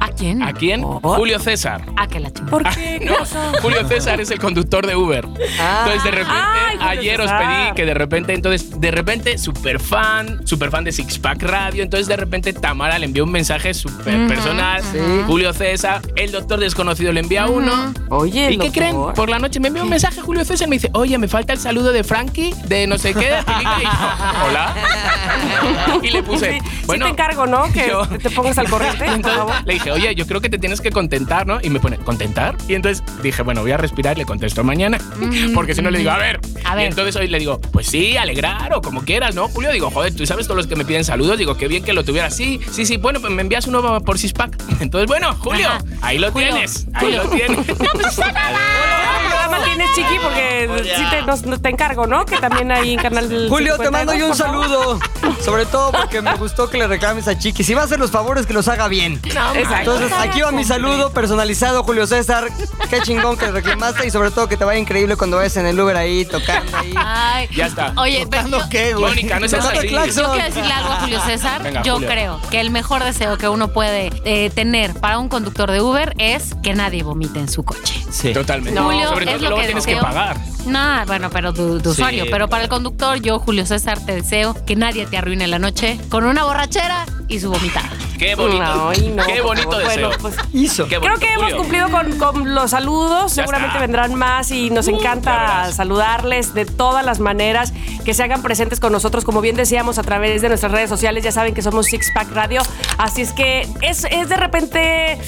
¿A quién? ¿A quién? Por- Julio César. Ah, que la chingada. ¿Por qué? No, Julio César es el conductor de Uber. Entonces de repente, Ah. Ay, Julio ayer os César. pedí que de repente, entonces, de repente, super fan, super fan de Six Pack Radio. Entonces de repente Tamara le envió un mensaje súper personal. Julio César, el doctor desconocido le envía uno. Oye, ¿Y qué creen? Por la noche me envió un mensaje Julio César y me dice, oye, me falta el saludo de Frankie, de no sé qué, de Felipe". Y yo, hola. Ah, Y le puse, sí, sí bueno, te encargo, ¿no? Que yo- te pongas al corriente, por entonces favor. le dije, oye, yo creo que te tienes que contentar, ¿no? Y me pone, ¿contentar? Y entonces dije, bueno, voy a respirar y le contesto mañana. Mm. Porque si no le digo, a ver. A Y ver. entonces hoy le digo, pues sí, alegrar o como quieras, ¿no? Julio, digo, joder, tú sabes todos los que me piden saludos. Digo, qué bien que lo tuvieras. Sí, sí, sí, bueno, pues me envías uno por Sixpack. Entonces, bueno, Julio, Ajá. ahí lo Julio, tienes. Ahí lo tienes. pues, ¿Qué programa tienes, Chiqui? Porque sí te, nos- nos- te encargo, ¿no? Que también ahí en Canal Julio, te mando yo un 52, por favor. saludo. Sobre todo porque me gustó que le reclames a Chiqui. Si va a hacer los favores, que los haga bien. Exacto. Entonces, aquí va mi saludo personalizado, Julio César. Qué chingón que le reclamaste y sobre todo que te vaya increíble cuando vayas en el Uber ahí tocando ahí. Ay. Ya está. Oye, pero yo, ¿Qué, güey? Mónica, no seas Tocando así. claxon. yo quiero decirle algo a Julio César. Venga, yo Julio. creo que el mejor deseo que uno puede eh, tener para un conductor de Uber es que nadie vomite en su coche. Sí. Totalmente. No, Julio, Sobre todo es lo luego que tienes deseo. que pagar. Nah, bueno, pero tu, tu Sí. usuario. Pero para el conductor, yo, Julio César, te deseo que nadie te arruine la noche con una borrachera y su vomitada. Qué bonito. Ay, no, qué por bonito favor. deseo. Bueno, pues, Hizo. Qué Creo bonito, que hemos Julio. cumplido con, con los saludos. Ya Seguramente está. vendrán más y nos ya encanta verás. saludarles de todas las maneras que se hagan presentes con nosotros. Como bien decíamos, a través de nuestras redes sociales, ya saben que somos Six Pack Radio. Así es que es, es de repente,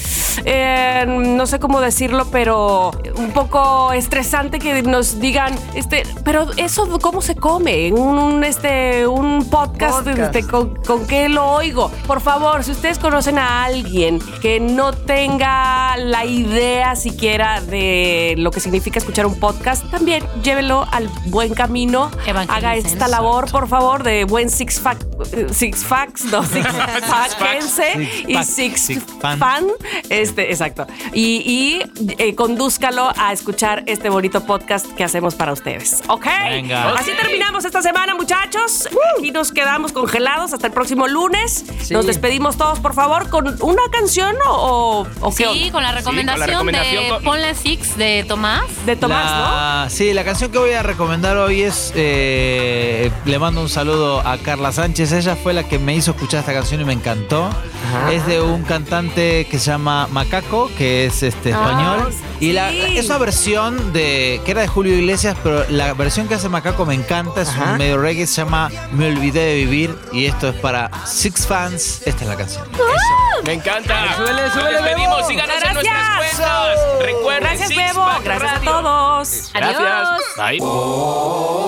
eh, no sé cómo decirlo, pero un poco estresante que nos digan, este, pero eso, ¿cómo se come? Un, un, este, un podcast, Podcast. este, ¿Con, con qué lo oigo? Por favor, si ustedes conocen a alguien que no tenga la idea siquiera de lo que significa escuchar un podcast, también llévelo al buen camino. Evangelicen. Haga esta labor, por favor, de buen six fac, eh, six facts, no, six fackense Six y pack, six, six fan. fan. Este, exacto. Y, y eh, condúzcalo a escuchar este bonito podcast que hacemos para ustedes. ¿Ok? Venga. Así terminamos esta semana, muchachos. Aquí nos quedamos congelados hasta el próximo lunes. Sí. Nos despedimos todos, por favor, con una canción o, o- o qué Sí, onda? con la recomendación, recomendación de con- Ponla Six de Tomás. de Tomás, ¿no? La- Sí, la canción que voy a recomendar hoy es. eh, le mando un saludo a Carla Sánchez. Ella fue la que me hizo escuchar esta canción y me encantó. Es de un cantante que se llama Macaco, que es este español. Ah, sí. Y la, es una versión de. que era de Julio Iglesias, pero la versión que hace Macaco me encanta. Es Ajá. un medio reggae, se llama Me Olvidé de Vivir. Y esto es para Six Fans. Esta es la canción. Me encanta. Súbele, súbele, Nos despedimos. Bebo. Síganos en Gracias. nuestras cuentas. Recuerden, Pues Gracias, Six Bebo. Pack Gracias a Radio. todos. Adiós. Gracias. Bye.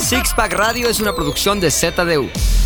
Six Pack Radio es una producción de ZDU.